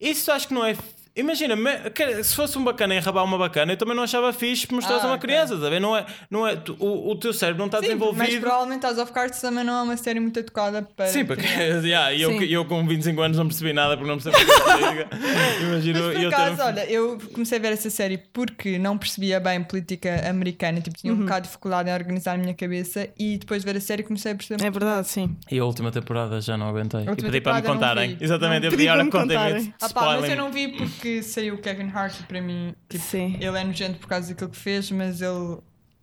S3: isso acho que não é. Imagina, me- que- se fosse um bacana a enrabar uma bacana, eu também não achava fixe mostrar a
S4: Ah,
S3: uma
S4: ok.
S3: criança, sabe? Não é, não é, tu- o, o teu cérebro não está
S4: Sim, mas
S3: desenvolvido.
S4: provavelmente House of Cards também não é uma série muito adequada para.
S3: Sim, porque [LAUGHS] yeah, e eu,
S2: Sim.
S3: e eu com 25 anos não percebi nada porque não percebi
S4: [LAUGHS]
S3: política. Imagina,
S4: Mas por
S3: eu
S4: acaso,
S3: ter um-
S4: olha, eu comecei a ver essa série porque não percebia bem política americana, tipo,
S3: Uhum.
S4: tinha um bocado de dificuldade em organizar a minha cabeça e depois de ver a série comecei a perceber.
S2: É verdade, sim.
S3: E a última temporada já não aguentei.
S4: última
S3: E pedi para me
S4: temporada não
S3: contarem.
S4: vi.
S3: Exatamente, eu
S2: Pedi
S3: pedi
S2: para
S3: agora
S2: me contarem.
S3: contem-me.
S4: Ah pá, mas eu
S3: spoilem-me.
S4: não vi porque saiu o Kevin Hart e para mim, tipo,
S2: Sim.
S4: ele é nojento por causa daquilo que fez, mas ele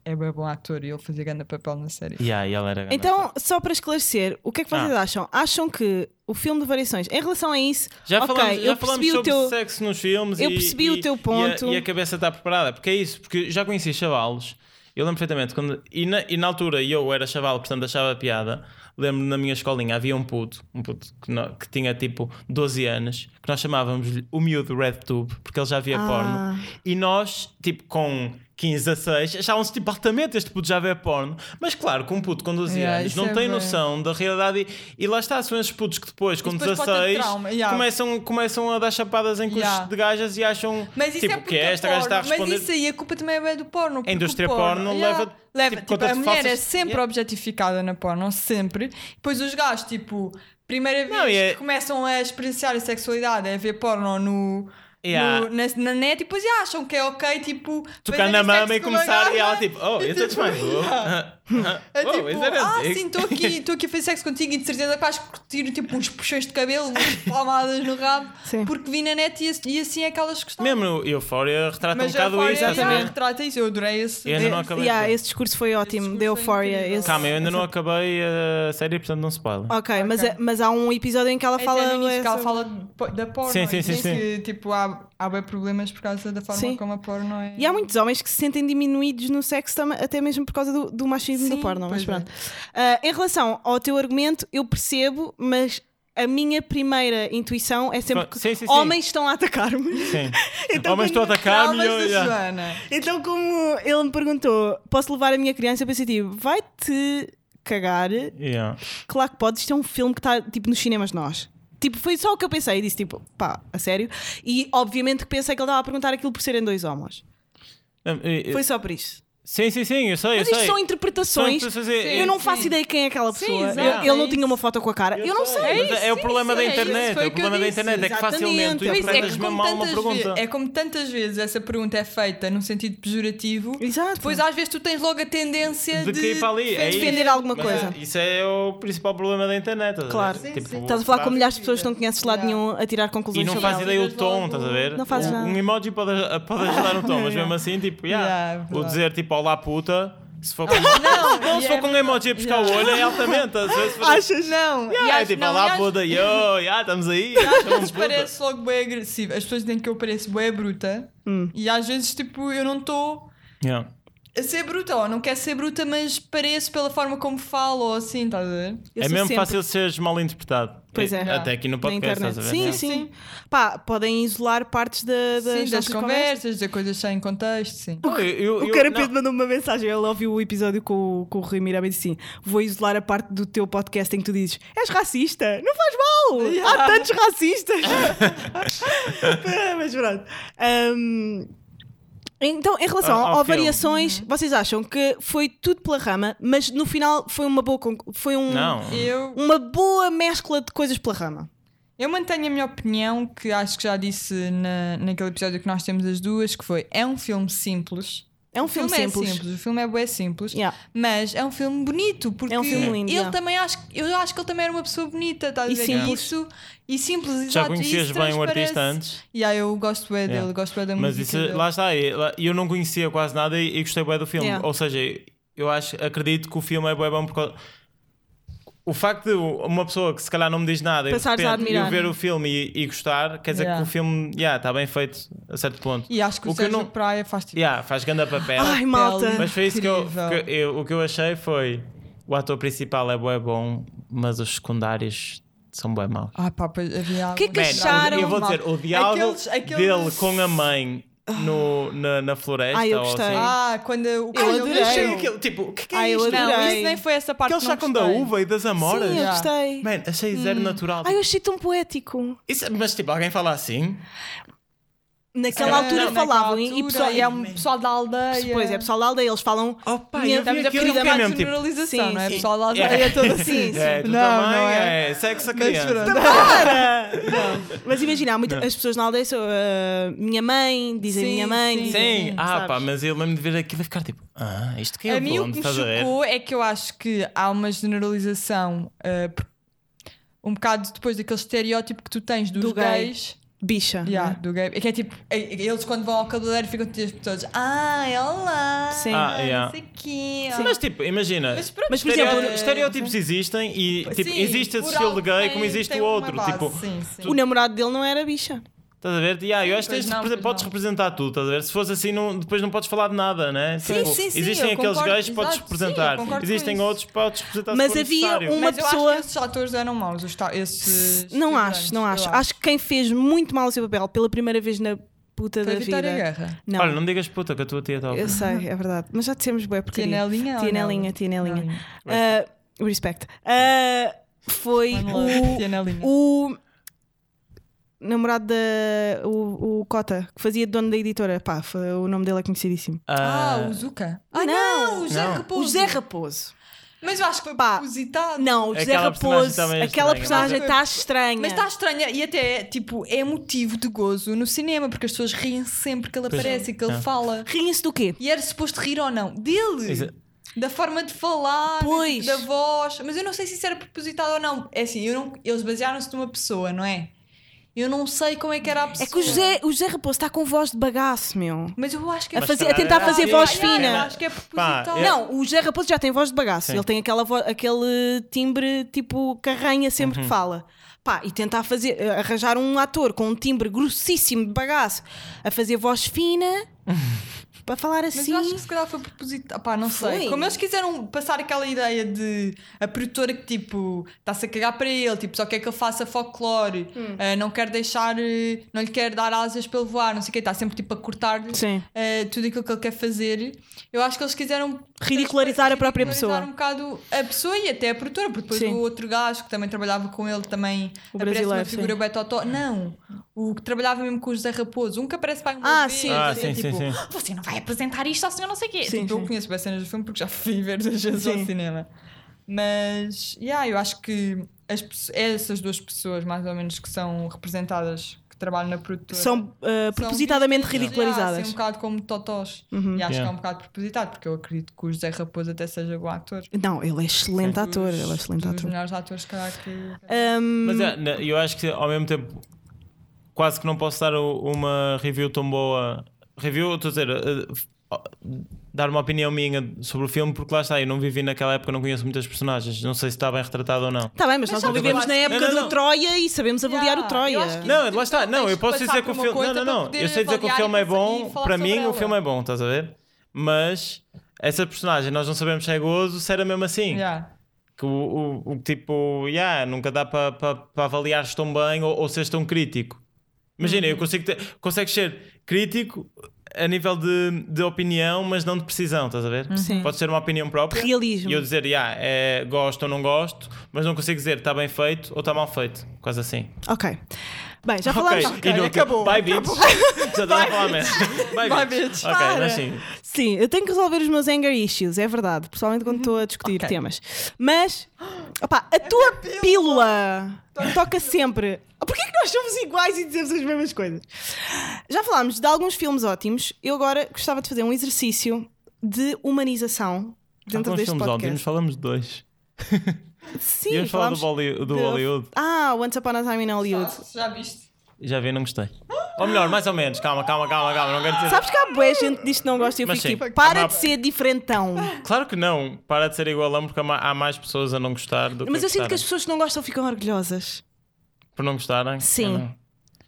S4: é bem bom ator e ele fazia grande papel na série.
S3: Yeah, e ela era grande atriz.
S2: Então, só para esclarecer, o que é que vocês
S3: Ah.
S2: acham? Acham que o filme de variações, em relação a isso,
S3: Já
S2: ok,
S3: falamos,
S2: eu
S3: já falamos
S2: percebi
S3: sobre
S2: o teu.
S3: sexo nos filmes
S2: eu
S3: e,
S2: percebi
S3: e-
S2: o teu
S3: e a-
S2: ponto.
S3: E a, cabeça está preparada, porque é isso, porque já conheci chavalos, eu lembro perfeitamente, quando, e, na, e na altura eu era chaval, portanto achava piada. Lembro na minha escolinha havia um puto, um puto que, nó- que tinha tipo 12 anos, que nós chamávamos o miúdo RedTube, porque ele já via
S2: Ah.
S3: porno. E nós, tipo, com 15 a 6, achávamos tipo altamente este puto já vê porno. Mas claro, com um puto com 12
S4: Yeah,
S3: anos
S4: isso
S3: não
S4: é
S3: tem
S4: bué.
S3: noção da realidade. E, e lá está, são esses putos que depois, com
S4: depois pode ter
S3: 16,
S4: trauma, yeah.
S3: começam, começam a dar chapadas em cursos
S4: Yeah.
S3: de gajas e acham
S4: Mas isso
S3: tipo
S4: é
S3: que
S4: porque
S3: esta
S4: porno.
S3: gaja está a responder.
S4: Mas isso aí, a culpa também é bem do porno. porque
S3: A indústria
S4: o porno,
S3: porno leva,
S4: leva
S3: tipo,
S4: tipo,
S3: contas
S4: a mulher é
S3: falsas.
S4: sempre
S3: Yeah.
S4: objetificada na porno, sempre. Depois os gajos, tipo, primeira vez
S3: Não, e é-
S4: que começam a experienciar a sexualidade é ver porno no.
S3: Yeah.
S4: no- na, na net e depois acham que é ok, tipo,
S3: Tocar
S4: fazer
S3: na
S4: sexo
S3: mama e
S4: com
S3: começar
S4: gaja.
S3: e ela tipo, oh, it's a
S4: [LAUGHS]
S3: triangle.
S4: É
S3: [LAUGHS] Oh,
S4: tipo,
S3: is that a
S4: ah,
S3: dick?"
S4: sim, estou aqui, estou aqui a fazer sexo contigo e de certeza que vais curtir tipo uns puxões de cabelo, umas palmadas no rabo,
S2: Sim.
S4: porque vi na net e, e assim é que elas gostavam.
S3: Mesmo no Euphoria retrata um
S4: Mas é a
S3: bocado
S4: Euphoria
S3: isso,
S4: já
S3: estás a ver?
S4: retrata isso. Eu adorei esse.
S3: Eu ainda É, não acabei. de
S2: Yeah,
S3: ver.
S2: esse discurso foi ótimo,
S4: discurso
S2: da
S4: é
S2: Euphoria.
S4: incrível.
S2: esse-
S3: Calma, eu ainda não acabei a série, portanto não se pode.
S4: Ah,
S2: Ok, Mas,
S4: Ok.
S2: é- mas há um episódio em que ela
S4: Até
S2: fala.
S4: É, no início que ela
S2: essa-
S4: fala de po- da porno.
S3: Sim, sim,
S4: e
S3: sim,
S4: diz
S3: sim.
S4: Que, tipo, há, há bem problemas por causa da forma
S2: Sim.
S4: como a porno é.
S2: E há muitos homens que se sentem diminuídos no sexo, tam- até mesmo por causa do, do machismo
S4: Sim,
S2: do porno. Mas
S4: pois é.
S2: pronto. Ah, em relação ao teu argumento, eu percebo, mas a minha primeira intuição é sempre
S3: Fa-
S2: que
S3: sim, sim, sim.
S2: homens estão a
S3: [LAUGHS]
S2: atacar-me.
S4: [LAUGHS]
S3: Sim.
S2: Então,
S3: oh, mas estou a
S2: quando-
S3: atacar-me.
S4: Traumas
S3: eu-
S4: da
S3: yeah.
S4: Joana.
S2: Então, como ele me perguntou, posso levar a minha criança? Eu pensei tipo, vai-te cagar.
S3: Yeah.
S2: Claro que podes, isto é um filme que está tipo nos cinemas de nós. Tipo, foi só o que eu pensei. E disse tipo, pá, a sério. E obviamente que pensei que ele estava a perguntar aquilo por serem dois homens.
S3: Não, Hum, e-
S2: Foi só por isso.
S3: Sim, sim, sim, eu sei,
S2: Mas
S3: eu
S2: isto
S3: sei.
S2: são interpretações.
S3: São interpretações, é-
S2: eu não
S4: sim.
S2: faço ideia quem é aquela
S4: Sim,
S2: pessoa.
S4: exato,
S2: Eu- ele
S4: é
S2: não
S4: isso.
S2: tinha uma foto com a cara. Eu, não sei.
S3: mas
S4: isso,
S3: é o
S4: é
S3: problema
S4: isso,
S3: da
S4: é isso,
S3: internet.
S4: foi
S3: É
S4: o
S3: o
S4: que
S3: problema
S4: eu
S3: da
S4: disse,
S3: internet. É que facilmente
S2: exatamente.
S3: tu
S4: Pois é,
S3: interpretas
S4: que
S3: mesmo
S4: como
S3: mal uma
S4: tantas
S3: pergunta.
S4: vezes- é como tantas vezes essa pergunta é feita num sentido pejorativo,
S2: Exato.
S3: é.
S4: depois às vezes tu tens logo a tendência de,
S3: de cair para ali. É
S2: defender
S3: isso.
S2: alguma
S3: Mas
S2: coisa.
S3: é- Isso é o principal problema da internet. estás a ver?
S2: Claro.
S4: Sim,
S3: Tipo,
S4: sim.
S2: Estás a falar com
S3: frase-
S2: milhares de pessoas que não conheces de lado
S4: Yeah.
S2: nenhum a tirar conclusões
S3: E não
S2: sobre
S3: faz
S2: elas.
S3: ideia o
S4: Logo-
S3: tom, estás a ver?
S2: Não faz
S3: Um-
S2: nada.
S3: Um emoji pode, pode ajudar no tom, mas mesmo assim, tipo, yeah.
S4: Yeah, é verdade. Ah,
S3: o dizer tipo olá puta, se for com,
S4: Não,
S3: é. não, se for com um emoji a pescar o olho, é altamente. Às
S2: [LAUGHS]
S3: vezes,
S4: Achas? Não.
S3: yeah, é tipo
S4: não, e
S3: olá
S4: às-
S3: puta, yo,
S4: [LAUGHS]
S3: yeah, estamos aí. estamos puta."
S4: parece logo bem agressiva. As pessoas dizem que eu pareço bem bruta
S3: Hum.
S4: e às vezes, tipo, eu não estou
S3: Yeah.
S4: a ser bruta, ou não quero ser bruta, mas pareço pela forma como falo, ou assim, estás a ver?
S2: Eu
S3: É
S2: sou
S3: mesmo
S2: sempre-
S3: fácil seres mal interpretado.
S2: Pois é.
S3: Até aqui no
S2: na
S3: podcast,
S2: internet.
S3: estás a ver?
S2: sim,
S3: Yeah.
S2: sim,
S4: Sim.
S2: Pá, podem isolar partes da- das,
S4: Sim, das
S2: nossas
S4: conversas, de coisas sem contexto, sim.
S3: Não, eu- eu-
S2: O é
S3: eu-
S2: Carapete
S3: não.
S2: mandou-me uma mensagem, ele ouviu o episódio com, o- com o Rui Mirabel e disse assim: Vou isolar a parte do teu podcast em que tu dizes és racista, não faz
S3: [LAUGHS]
S2: mal, há tantos racistas. [LAUGHS] Mas pronto. Ahm, então, em relação
S3: Ao-
S2: a,
S3: ao filme. Uhum.
S2: variações, vocês acham que foi tudo pela rama, mas no final foi uma boa conc- foi um,
S3: Não.
S4: Eu,
S2: uma boa mescla de coisas pela rama.
S4: eu mantenho a minha opinião, que acho que já disse na, naquele episódio que nós temos as duas, que foi, é um filme simples.
S2: É um
S4: O
S2: filme,
S4: é
S2: simples.
S4: simples, o filme é bué simples.
S2: Yeah.
S4: Mas é um filme bonito, porque
S2: É um filme lindo,
S4: ele
S2: é.
S4: também acho, eu acho que ele também era uma pessoa bonita, estás
S2: E
S4: a ver?
S2: simples.
S4: Isso, e simples,
S3: Já
S4: exato, e
S3: conhecias
S4: isso
S3: bem o
S4: transparece.
S3: artista antes?
S4: Yeah, eu gosto bem dele,
S3: Yeah.
S4: gosto bem da
S3: Mas isso, é,
S4: música. dele.
S3: lá está, e lá- eu não conhecia quase nada e, e gostei bem do filme.
S2: Yeah.
S3: Ou seja, eu acho, acredito que o filme é bem bom por causa. O facto de uma pessoa que se calhar não me diz nada e de
S2: Passares a
S3: repente,
S2: admirar.
S3: eu ver o filme e, e gostar, quer dizer
S4: né? Yeah.
S3: que o filme está bem feito a certo ponto.
S4: E acho que o,
S3: O que eu
S4: Sérgio
S3: não-
S4: Praia faz tipo.
S3: Yeah, faz grande papel.
S2: Ai, malta.
S4: Mas
S3: Mas foi isso que eu,
S4: Incrível.
S3: que eu- O que eu achei foi. O ator principal é bué bom, mas os secundários são bué maus.
S4: Ah, pá, pois havia algo.
S2: que é que
S3: Man,
S2: acharam
S3: eu vou
S4: mal.
S3: dizer, o diálogo
S4: Aqueles- aqueles-
S3: dele com a mãe no, na, na floresta.
S2: Ai, eu
S3: ou
S2: gostei.
S3: assim.
S4: Ah, quando o
S2: Eu
S4: quando
S2: adorei.
S4: ele-
S3: aquilo, tipo, o que, que é
S2: Ai, eu
S3: isto?
S2: adorei.
S4: Não, isso nem foi essa parte.
S3: Aquele
S4: que não
S3: sacão da
S4: gostei.
S3: uva e das amoras.
S2: Sim, eu
S4: Yeah.
S2: gostei.
S3: Man, achei zero natural.
S2: Ai, eu achei tão poético.
S3: Isso- mas tipo, alguém fala assim?
S2: Naquela
S4: Ah,
S2: altura
S4: naquela
S2: falavam e- e
S4: altura,
S2: pessoal,
S4: e é um pessoal da aldeia.
S2: Pois é, pessoal da aldeia, eles falam.
S3: Opa,
S2: Minha-
S3: Oh, eu vi
S2: estamos a
S3: aquilo e
S2: querer
S3: fiquei
S2: dar
S3: mesmo tipo...
S4: generalização,
S2: Sim,
S4: não é?
S2: sim.
S4: Pessoal da aldeia.
S3: Yeah.
S2: toda assim.
S3: [LAUGHS] É, tu
S4: Não,
S3: também
S4: não é.
S3: é. sexo a
S4: pronto.
S3: criança.
S2: Mas imagina, há muita- as pessoas na aldeia são ah, minha mãe, dizem
S4: Sim,
S2: minha mãe.
S4: sim.
S2: dizem-
S3: Sim, ah
S2: é? sabes?
S3: pá, mas eu lembro de ver aquilo e ficar tipo, ah, isto que é
S4: a mim o
S3: bom,
S4: que me
S3: estás a ver?
S4: chocou é que eu acho que há uma eh, generalização ah, p- um bocado depois daquele estereótipo que tu tens dos
S2: Do gay.
S4: gays
S2: bicha.
S4: Yeah,
S2: né?
S4: do gay. É que é tipo, é- eles quando vão ao cabeleireiro ficam tipo todos, ah, olá,
S2: Sim.
S4: ah,
S3: Ah, yeah.
S4: não sei quê, ó."
S3: Mas tipo, imagina.
S4: Mas pronto,
S2: Mas, por
S3: Estereóti-
S2: exemplo,
S3: estereótipos existem e tipo,
S4: Sim,
S3: existe esse
S4: por
S3: estilo
S4: algo
S3: de gay
S4: tem-
S3: como existe
S4: tem
S3: o
S4: uma
S3: outro.
S4: base,
S3: Tipo,
S4: sim, sim.
S2: O namorado dele não era bicha.
S3: estás a ver? Yeah, eu acho que tens
S4: pois
S3: de
S4: não,
S3: repre-
S4: pois
S3: podes
S4: não.
S3: representar tudo, estás a ver? Se fosse assim, não- depois não podes falar de nada, né?
S4: Sim,
S3: Tipo,
S4: sim, sim,
S3: existem
S4: eu
S3: aqueles
S4: concordo,
S3: gays que podes
S4: exato, sim, eu
S3: representar,
S4: concordo com
S3: existem
S4: isso.
S3: outros que podes representar.
S2: Mas
S3: se for
S2: havia
S3: necessário.
S2: uma-
S4: Mas eu
S2: pessoa-
S4: acho que esses atores eram maus, os ta- esses
S2: Não
S4: estudantes,
S2: acho, não
S4: eu
S2: acho. Acho que quem fez muito mal o seu papel pela primeira vez na puta
S4: Foi
S2: da
S4: a Vitória
S2: vida.
S4: Guerra.
S2: Não,
S3: Olha, não digas puta que a tua tia tá está.
S2: eu sei, é verdade. Mas já dissemos boa porque.
S4: Tianelinha ou
S2: Tianelinha,
S4: Nela?
S2: Tianelinha.
S4: Nela.
S2: Ah, Respect. Ah, foi
S4: é Manuela,
S2: o.
S4: Tianelinha.
S2: o namorado da. O, o Cota, que fazia de dono da editora. Pá, foi- o nome dele é conhecidíssimo.
S4: Ah, o Zuka.
S2: Não,
S4: Ah, não, o Zé
S3: não.
S4: Raposo.
S2: O Zé Raposo.
S4: Mas eu acho que foi
S2: Pá.
S4: propositado.
S2: Não, o José
S3: Aquela personagem
S2: Raposo.
S3: tá meio
S2: Aquela
S3: estranha.
S2: personagem
S4: Mas-
S2: está estranha.
S4: Mas tá está estranha e até, tipo, é motivo de gozo no cinema, porque as pessoas riem sempre que ele
S3: Pois é.
S4: aparece e que ele
S3: É.
S4: fala.
S2: Riem-se do quê?
S4: E era suposto rir ou não? Dele!
S3: Isso é-
S4: Da forma de falar,
S2: Pois.
S4: da voz. Mas eu não sei se isso era propositado ou não. É assim, eu não- eles basearam-se numa pessoa, não é? Eu não sei como é que era a
S2: É
S4: pessoa.
S2: que o José, o José Raposo está com voz de bagaço, meu.
S4: Mas eu acho que é
S2: A
S3: Mas
S2: fazer-
S3: se
S2: a tentar
S3: calhar-
S2: fazer
S3: Ah,
S2: voz
S3: eu-
S2: fina.
S3: eu
S4: acho que é
S3: Pá,
S4: proposital.
S3: eu-
S2: Não, o José Raposo já tem voz de bagaço.
S3: Sim.
S2: Ele tem aquela voz- aquele timbre tipo carranha sempre
S3: Uhum.
S2: que fala. Pá, e tentar fazer, arranjar um ator com um timbre grossíssimo de bagaço a fazer voz
S3: [LAUGHS]
S2: fina para falar
S4: Mas
S2: assim.
S4: eu acho que se calhar foi propositado. Pá, não
S2: Foi.
S4: sei. Como eles quiseram passar aquela ideia de a produtora que tipo está-se a cagar para ele, tipo, só quer que ele faça folclore,
S2: Hum.
S4: eh, não quer deixar, eh, não lhe quer dar asas para ele voar, não sei o quê, está sempre tipo a cortar-lhe
S2: Sim.
S4: eh, tudo aquilo que ele quer fazer. Eu acho que eles quiseram
S2: Ridicularizar a própria
S4: ridicularizar
S2: pessoa.
S4: um bocado a pessoa e até a produtora, porque depois
S2: Sim.
S4: o outro gajo que também trabalhava com ele também
S2: O
S4: aparece uma
S2: brasileiro,
S4: figura
S2: sim.
S4: betotó. Não, o que trabalhava mesmo com o José Raposo, um que aparece para
S2: Ah, sim.
S3: Ah,
S4: é
S3: sim, sim,
S4: tipo,
S3: sim.
S4: você não vai apresentar isto ao senhor não sei o quê.
S2: Sim,
S4: tipo,
S2: sim.
S4: eu conheço bem cenas do filme porque já fui [LAUGHS] ver as vezes
S2: Sim.
S4: ao cinema. Mas, yeah, eu acho que as, pesso- essas duas pessoas, mais ou menos, que são representadas, que trabalham na produtora...
S2: São
S4: são
S2: ah, propositadamente Uhum.
S4: vistas, yeah, assim, um
S2: ridicularizadas.
S4: bocado como totós. E acho que é um bocado propositado, porque eu acredito que o José Raposo até seja bom ator.
S2: Não, ele é excelente ator.
S4: Dos-
S2: Ele é excelente
S4: dos
S2: ator.
S4: melhores atores, calhar, que...
S3: Mas é, na- eu acho que ao mesmo tempo quase que não posso dar o- uma review tão boa. Review, estou a dizer, eh, f- dar uma opinião minha sobre o filme, porque lá está, eu não vivi naquela época, não conheço muitas personagens, não sei se está bem retratado ou não.
S2: Está tá bem, mas, nós
S4: sabe
S2: não
S4: o que eu
S2: vivemos
S4: acho?
S2: na época
S3: Não, não,
S2: do
S3: não.
S2: Troia e sabemos avaliar
S4: Yeah,
S2: o
S4: eu
S2: Troia.
S4: acho que-
S3: Não, lá está,
S4: Então,
S3: não,
S4: tens
S3: eu
S4: que
S3: posso
S4: passar
S3: dizer
S4: por
S3: que o
S4: uma
S3: filme. Não,
S4: coisa
S3: não,
S4: para
S3: não.
S4: poder
S3: Eu sei dizer que o
S4: avaliar
S3: filme é
S4: e fa-
S3: bom,
S4: e falar
S3: para
S4: sobre
S3: mim o
S4: ela.
S3: filme é bom, estás a ver? Mas essa personagem, nós não sabemos se é gozo, se era mesmo assim.
S4: Yeah.
S3: que o, o- o tipo, yeah, nunca dá para pa, pa avaliares tão bem ou, ou seres tão crítico. Imagina,
S2: Uhum.
S3: eu consigo ter, consegues ser crítico a nível de, de opinião, mas não de precisão, estás a ver?
S2: Uhum. Sim.
S3: Pode ser uma opinião própria.
S2: Realismo.
S3: E eu dizer, yeah, é, gosto ou não gosto, mas não consigo dizer está bem feito ou está mal feito. Quase assim.
S2: Ok. Bem, já
S3: Ok,
S2: falámos.
S3: e não,
S4: acabou,
S3: Bye, bitch. Já estava a falar mesmo. Bye,
S4: Bye,
S3: bitch.
S4: bitch.
S3: Ok,
S2: Para.
S3: mas sim.
S2: Sim, eu tenho que resolver os meus anger issues, é verdade, principalmente quando estou a discutir
S4: Ok.
S2: temas. Mas, opá, a tua pílula toca sempre. Ah, Porquê que nós somos iguais e dizemos as mesmas coisas? Já falámos de alguns filmes ótimos, eu agora gostava de fazer um exercício de humanização dentro
S3: Nós
S2: deste
S3: somos
S2: podcast.
S3: Ah, ótimos, falamos de dois.
S2: Sim,
S3: Ias falar do,
S2: falámos
S3: Bolly- do
S2: de-
S3: Hollywood.
S2: Ah, Once Upon a Time in Hollywood.
S4: Ah, Já viste?
S3: Já vi, não gostei. Ou melhor, mais ou menos. Calma, calma, calma, calma. Não quero dizer.
S2: Sabes que há boa gente que diz que não gosta e eu
S3: Mas
S2: fico
S3: sim.
S2: tipo, para
S3: Há-
S2: de ser diferentão.
S3: Claro que não. Para de ser igualão porque há ma- há mais pessoas a não gostar do
S2: Mas
S3: que
S2: eu sinto
S3: a
S2: que
S3: gostarem.
S2: as pessoas que não gostam ficam orgulhosas.
S3: Por não gostarem?
S2: Sim.
S3: Eu não.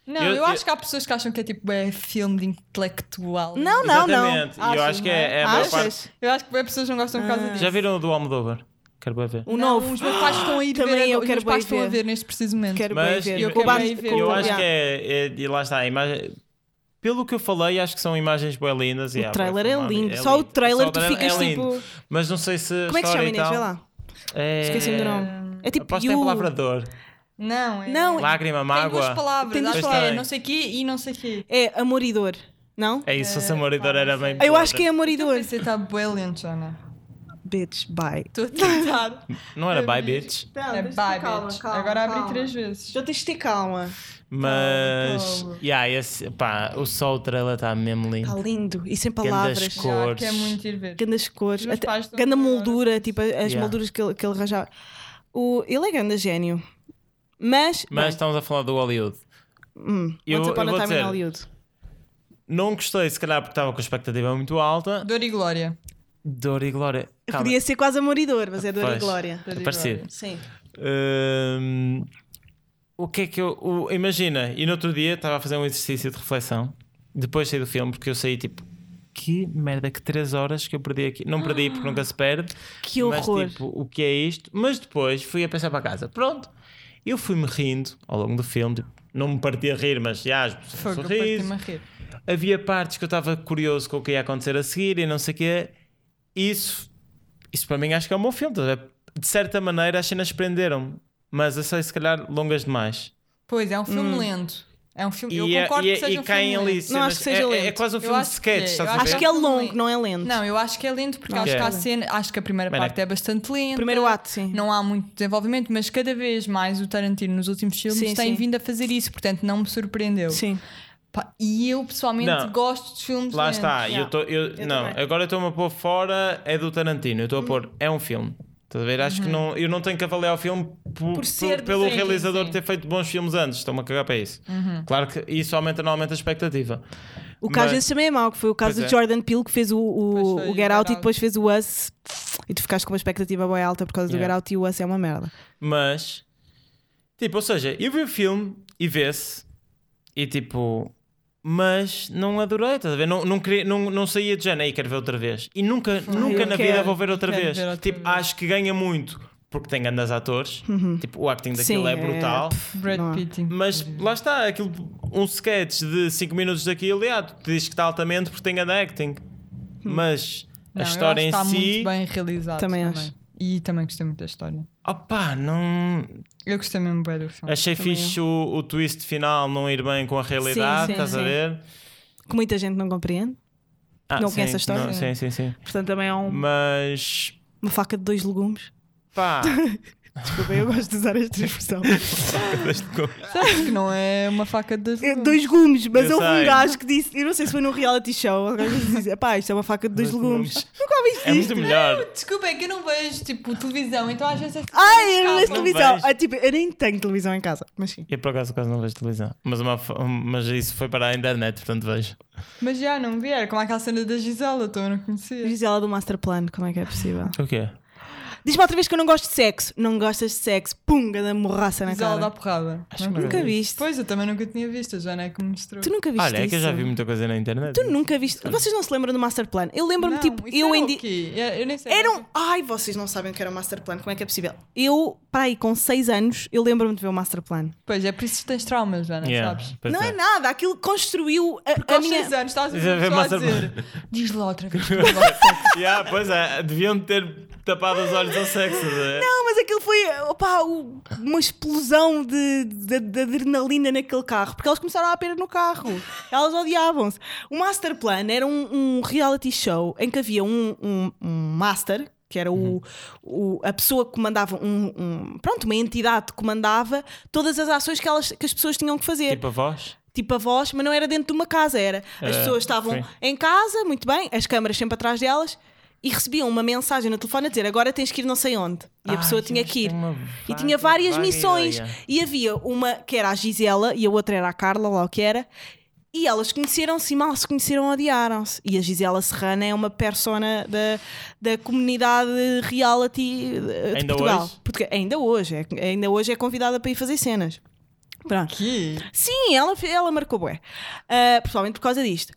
S4: Não,
S3: Eu-
S4: eu,
S3: eu-
S4: acho que há pessoas que acham que é tipo é filme de intelectual.
S2: Não, Ah, não, não.
S3: Exatamente. E eu acho que é, é a maior
S2: Achas?
S3: parte.
S4: Eu acho que bem pessoas não gostam por causa disso.
S3: Já viram o do Almodóvar? Quero bem ver.
S2: Ah. O
S4: Não,
S2: novo.
S4: Os meus pais estão a ir
S2: Também
S4: ver.
S2: eu
S4: agora- os
S2: quero
S4: meus pais
S2: bué
S4: estão a
S2: ver.
S4: ver neste preciso momento.
S2: Quero bem
S3: Mas
S2: ver.
S4: eu
S2: Com o
S4: quero
S2: Bas-
S4: bem ver.
S2: com o
S3: Eu
S4: Como
S3: acho
S2: Bas-
S3: que é, é- E lá está. a imagem- Pelo que eu falei, acho que são imagens bem lindas. e
S2: O
S3: há bué
S2: trailer é
S3: filmado,
S2: lindo. Só o trailer tu
S3: é
S2: ficas
S3: lindo.
S2: tipo.
S3: Mas não sei se.
S2: Como é que se chama,
S3: história e
S2: Inês?
S3: tal-
S2: Vê lá.
S3: É...
S2: Esqueci-me do nome. É tipo.
S3: Aposto que tem a
S2: you.
S3: palavra dor.
S4: Não, é.
S2: Não,
S3: Lágrima,
S4: Tem duas
S3: mágoa.
S4: palavras.
S2: Tem duas
S4: acho que
S3: palavras.
S4: é não sei quê e não sei quê.
S2: É amor e dor. Não?
S3: É isso, se fosse amor e dor era bem.
S2: Eu acho que é amor e
S4: Eu
S2: dor.
S4: Então pensei está bué lento, Ana.
S2: Bitch, bye.
S4: Estou a
S2: [LAUGHS]
S4: tentar.
S3: Não era bye, bitch.
S4: é bye, bitch. Agora abri três vezes.
S2: Já tens de ter calma.
S3: Mas.
S4: Calma, calma.
S3: Yeah, esse, pá, o sol o trailer está mesmo lindo.
S2: Está Tá lindo. E sem
S3: Grandes
S2: palavras.
S3: cores.
S4: Já quero é muito ir ver.
S2: Grandes cores.
S4: Os meus
S2: até-
S4: pais estão
S2: Ganda
S4: a adorar.
S2: moldura. Tipo, as
S3: Yeah.
S2: molduras que ele, que ele arranjava. O, ele é grande gênio. Mas.
S3: Mas estamos a falar do Hollywood.
S2: Hum,
S3: Eu-
S2: Once Upon
S3: eu
S2: a
S3: vou
S2: Time in
S3: dizer-
S2: Hollywood.
S3: Não gostei, se calhar, porque estava com a expectativa muito alta.
S4: Dor e Glória.
S3: Dor e Glória. Calma.
S2: Podia ser quase amor e dor, mas é dor e
S3: Pois.
S2: glória.
S4: Dor e
S3: Parecido.
S4: Glória.
S2: Sim.
S3: Hum, o que é que eu. o- imagina, e no outro dia estava a fazer um exercício de reflexão. Depois saí do filme, porque eu saí tipo. Que merda, que 3 horas que eu perdi aqui. Não perdi porque nunca se perde.
S2: Que horror.
S3: Mas tipo, o que é isto? Mas depois fui a pensar para casa. Pronto. Eu fui-me rindo ao longo do filme. tipo, não me parti a rir, mas já, as
S4: Foi
S3: pessoas
S4: o que eu
S3: sorriso.
S4: parti-me a rir.
S3: Havia partes que eu estava curioso com o que ia acontecer a seguir e não sei o quê. Isso, isso para mim acho que é um bom filme. estás a ver? De certa maneira as cenas prenderam-me, mas eu sei se calhar longas demais.
S4: Pois, é um filme
S2: Hum.
S4: lento. É um filme.
S3: E,
S4: eu
S3: é-
S4: concordo
S3: e, é-
S4: que seja
S3: e
S4: um filme
S3: caem ali
S4: lento.
S3: cenas-
S2: acho que seja
S3: é- é, é
S2: lento.
S3: quase um
S4: Eu
S3: filme de
S4: acho que
S3: sketch,
S4: é.
S3: estás
S4: Eu
S3: a
S4: acho
S3: ver?
S2: Acho que é longo, não é lento.
S4: Não, eu acho que é lento porque
S2: Não,
S4: acho
S3: é.
S4: que há cena, acho que a primeira
S3: Mas não.
S4: parte é bastante lenta.
S2: Primeiro ato, sim.
S4: Não há muito desenvolvimento, mas cada vez mais o Tarantino nos últimos filmes
S2: Sim,
S4: tem
S2: sim.
S4: vindo a fazer isso, portanto não me surpreendeu.
S2: Sim.
S4: Pá, e eu pessoalmente
S3: Não.
S4: gosto de filmes
S3: Lá
S4: lentos.
S3: está,
S2: Yeah.
S3: eu tô, eu,
S2: um Eu
S3: não,
S2: também. Uhum.
S3: agora eu estou-me a pôr fora, é do Tarantino, eu estou a pôr, é um filme. Estás a ver? Acho que não, eu não tenho que avaliar o filme por,
S2: Por ser do
S3: pelo
S2: Tarantino, Uhum.
S3: realizador
S4: sim.
S3: ter feito bons filmes antes, estou-me a cagar para isso. Claro que isso aumenta normalmente a expectativa.
S2: O que às
S3: Mas-
S2: vezes também é mau, que foi o caso
S3: Pois
S2: do
S3: é.
S2: Jordan Peele que fez o,
S4: Pois
S2: o,
S4: foi,
S2: o Get Out e depois fez o Us e tu ficaste com uma expectativa bem alta por causa do
S3: Yeah.
S2: Get Out e o Us é uma merda.
S3: Mas, tipo, ou seja, eu vi o filme e vê-se, e tipo, mas não adorei, estás a ver? Não, não, queria, não, não saía de janeiro e quero ver outra vez. E nunca, nunca
S2: eu
S3: na
S2: quero,
S3: vida vou ver outra
S4: quero
S3: vez.
S4: ver outra
S3: tipo,
S4: vez. Uhum.
S3: acho que ganha muito porque tem grandes atores, tipo, o acting daquilo
S2: Sim,
S3: é brutal.
S4: Brad
S2: Não há.
S4: Pitt.
S3: Mas lá está, aquilo, um sketch de 5 minutos daquilo, e ah, tu dizes que está altamente porque tem grande acting. Mas a
S4: Hum. Não, eu
S3: história
S4: acho que
S3: em
S4: está
S3: si,
S4: muito bem realizado.
S2: Também acho.
S4: E também gostei muito da história.
S3: opá, não,
S4: Eu gostei mesmo bem do filme.
S3: Achei
S2: Uhum, Também
S3: fixe o, o twist final não ir bem com a realidade,
S2: sim,
S3: estás a
S2: sim.
S3: ver?
S2: que muita gente não compreende,
S3: Ah,
S2: Não
S3: sim,
S2: conhece a história.
S3: não, sim, sim, sim.
S2: portanto também é um-
S3: Mas
S2: uma faca de dois legumes. [LAUGHS]
S3: pá,
S2: Desculpa, eu gosto de usar esta expressão.
S4: Sabes que não é uma faca de.
S2: [LAUGHS] É, dois gumes, mas
S3: Eu
S2: houve um
S3: sei.
S2: gajo que disse, eu não sei se foi num reality show, alguém disse, pá, isto é uma faca de dois
S3: Dois
S2: legumes.
S3: legumes.
S2: Nunca ouviste
S3: é
S2: isto?
S3: muito melhor.
S4: Desculpa, é que eu não vejo tipo televisão, então às vezes.
S2: Ai, eu não vejo
S4: Não
S2: televisão.
S3: vejo.
S2: Ah, tipo, eu nem tenho televisão em casa, mas sim.
S3: Eu por acaso quase não vejo televisão, mas, uma fo- mas isso foi para a internet, portanto vejo.
S4: Mas já não vi, era como aquela cena da Gisela, então eu não conhecia.
S2: Gisela do Masterplan, como é que é
S4: [LAUGHS]
S2: possível?
S3: O quê?
S2: Diz-me outra vez que eu não gosto de sexo. Não gostas de sexo? Punga da morraça na
S4: Gisela da
S2: cara.
S4: porrada.
S3: Acho que não
S2: Nunca
S3: vi.
S2: viste.
S4: Pois, eu também nunca tinha visto, já não é que me mostrou.
S2: Tu nunca viste
S3: Olha, é que eu já
S2: isso?
S3: vi muita coisa na internet.
S2: Tu nunca viste. Vocês não se lembram do Masterplan? Eu lembro-me,
S4: Não,
S2: tipo,
S4: isso
S2: eu
S4: era
S2: em.
S4: o
S2: di-
S4: quê? Eu, eu nem sei.
S2: Era um. Ai, vocês não sabem o que era o Masterplan, como é que é possível? Eu, para aí, com 6 anos, eu lembro-me de ver o Masterplan.
S4: Pois, é por isso que tens traumas, já não
S3: Yeah,
S4: sabes?
S3: pois
S2: não
S3: é.
S2: é nada, aquilo construiu a- a,
S4: Aos
S2: minha.
S4: 6 anos estás a
S3: Já
S4: ver
S3: vê
S4: pessoa a
S3: massa-
S4: dizer. Diz lá outra
S3: [LAUGHS]
S4: vez. que eu gosto de sexo."
S3: [LAUGHS] Yeah, pois é, deviam ter tapado os olhos ao sexo. é? estás a ver?
S2: Não, mas aquilo foi opá, o- uma explosão de, de- de adrenalina naquele carro, porque elas começaram a apenas no carro. Elas odiavam-se. O Master Plan era um, um reality show em que havia um, um- um master, que era o, o- a pessoa que comandava, um, um- pronto, uma entidade que comandava todas as ações que, elas, que as pessoas tinham que fazer
S3: Tipo a voz?
S2: tipo a voz, mas não era dentro de uma casa, era. As
S3: Ah,
S2: pessoas estavam
S3: sim.
S2: em casa, muito bem, as câmaras sempre atrás delas, e recebiam uma mensagem no telefone a dizer agora tens que ir não sei onde. E a
S3: Ai,
S2: pessoa
S3: eu
S2: tinha
S3: acho
S2: que ir.
S3: que tem uma
S2: E
S3: vaga
S2: tinha várias
S3: vaga
S2: missões.
S3: ideia.
S2: E havia uma que era a Gisela e a outra era a Carla, lá o que era. E elas conheceram-se e mal se conheceram, odiaram-se. E a Gisela Serrana é uma persona da, da comunidade reality de, eh, de
S3: Ainda
S2: Portugal.
S3: hoje?
S2: Porque ainda hoje, é- ainda hoje é convidada para ir fazer cenas. Pronto.
S4: Que?
S2: Sim, ela, ela marcou bué. Ah, principalmente por causa disto.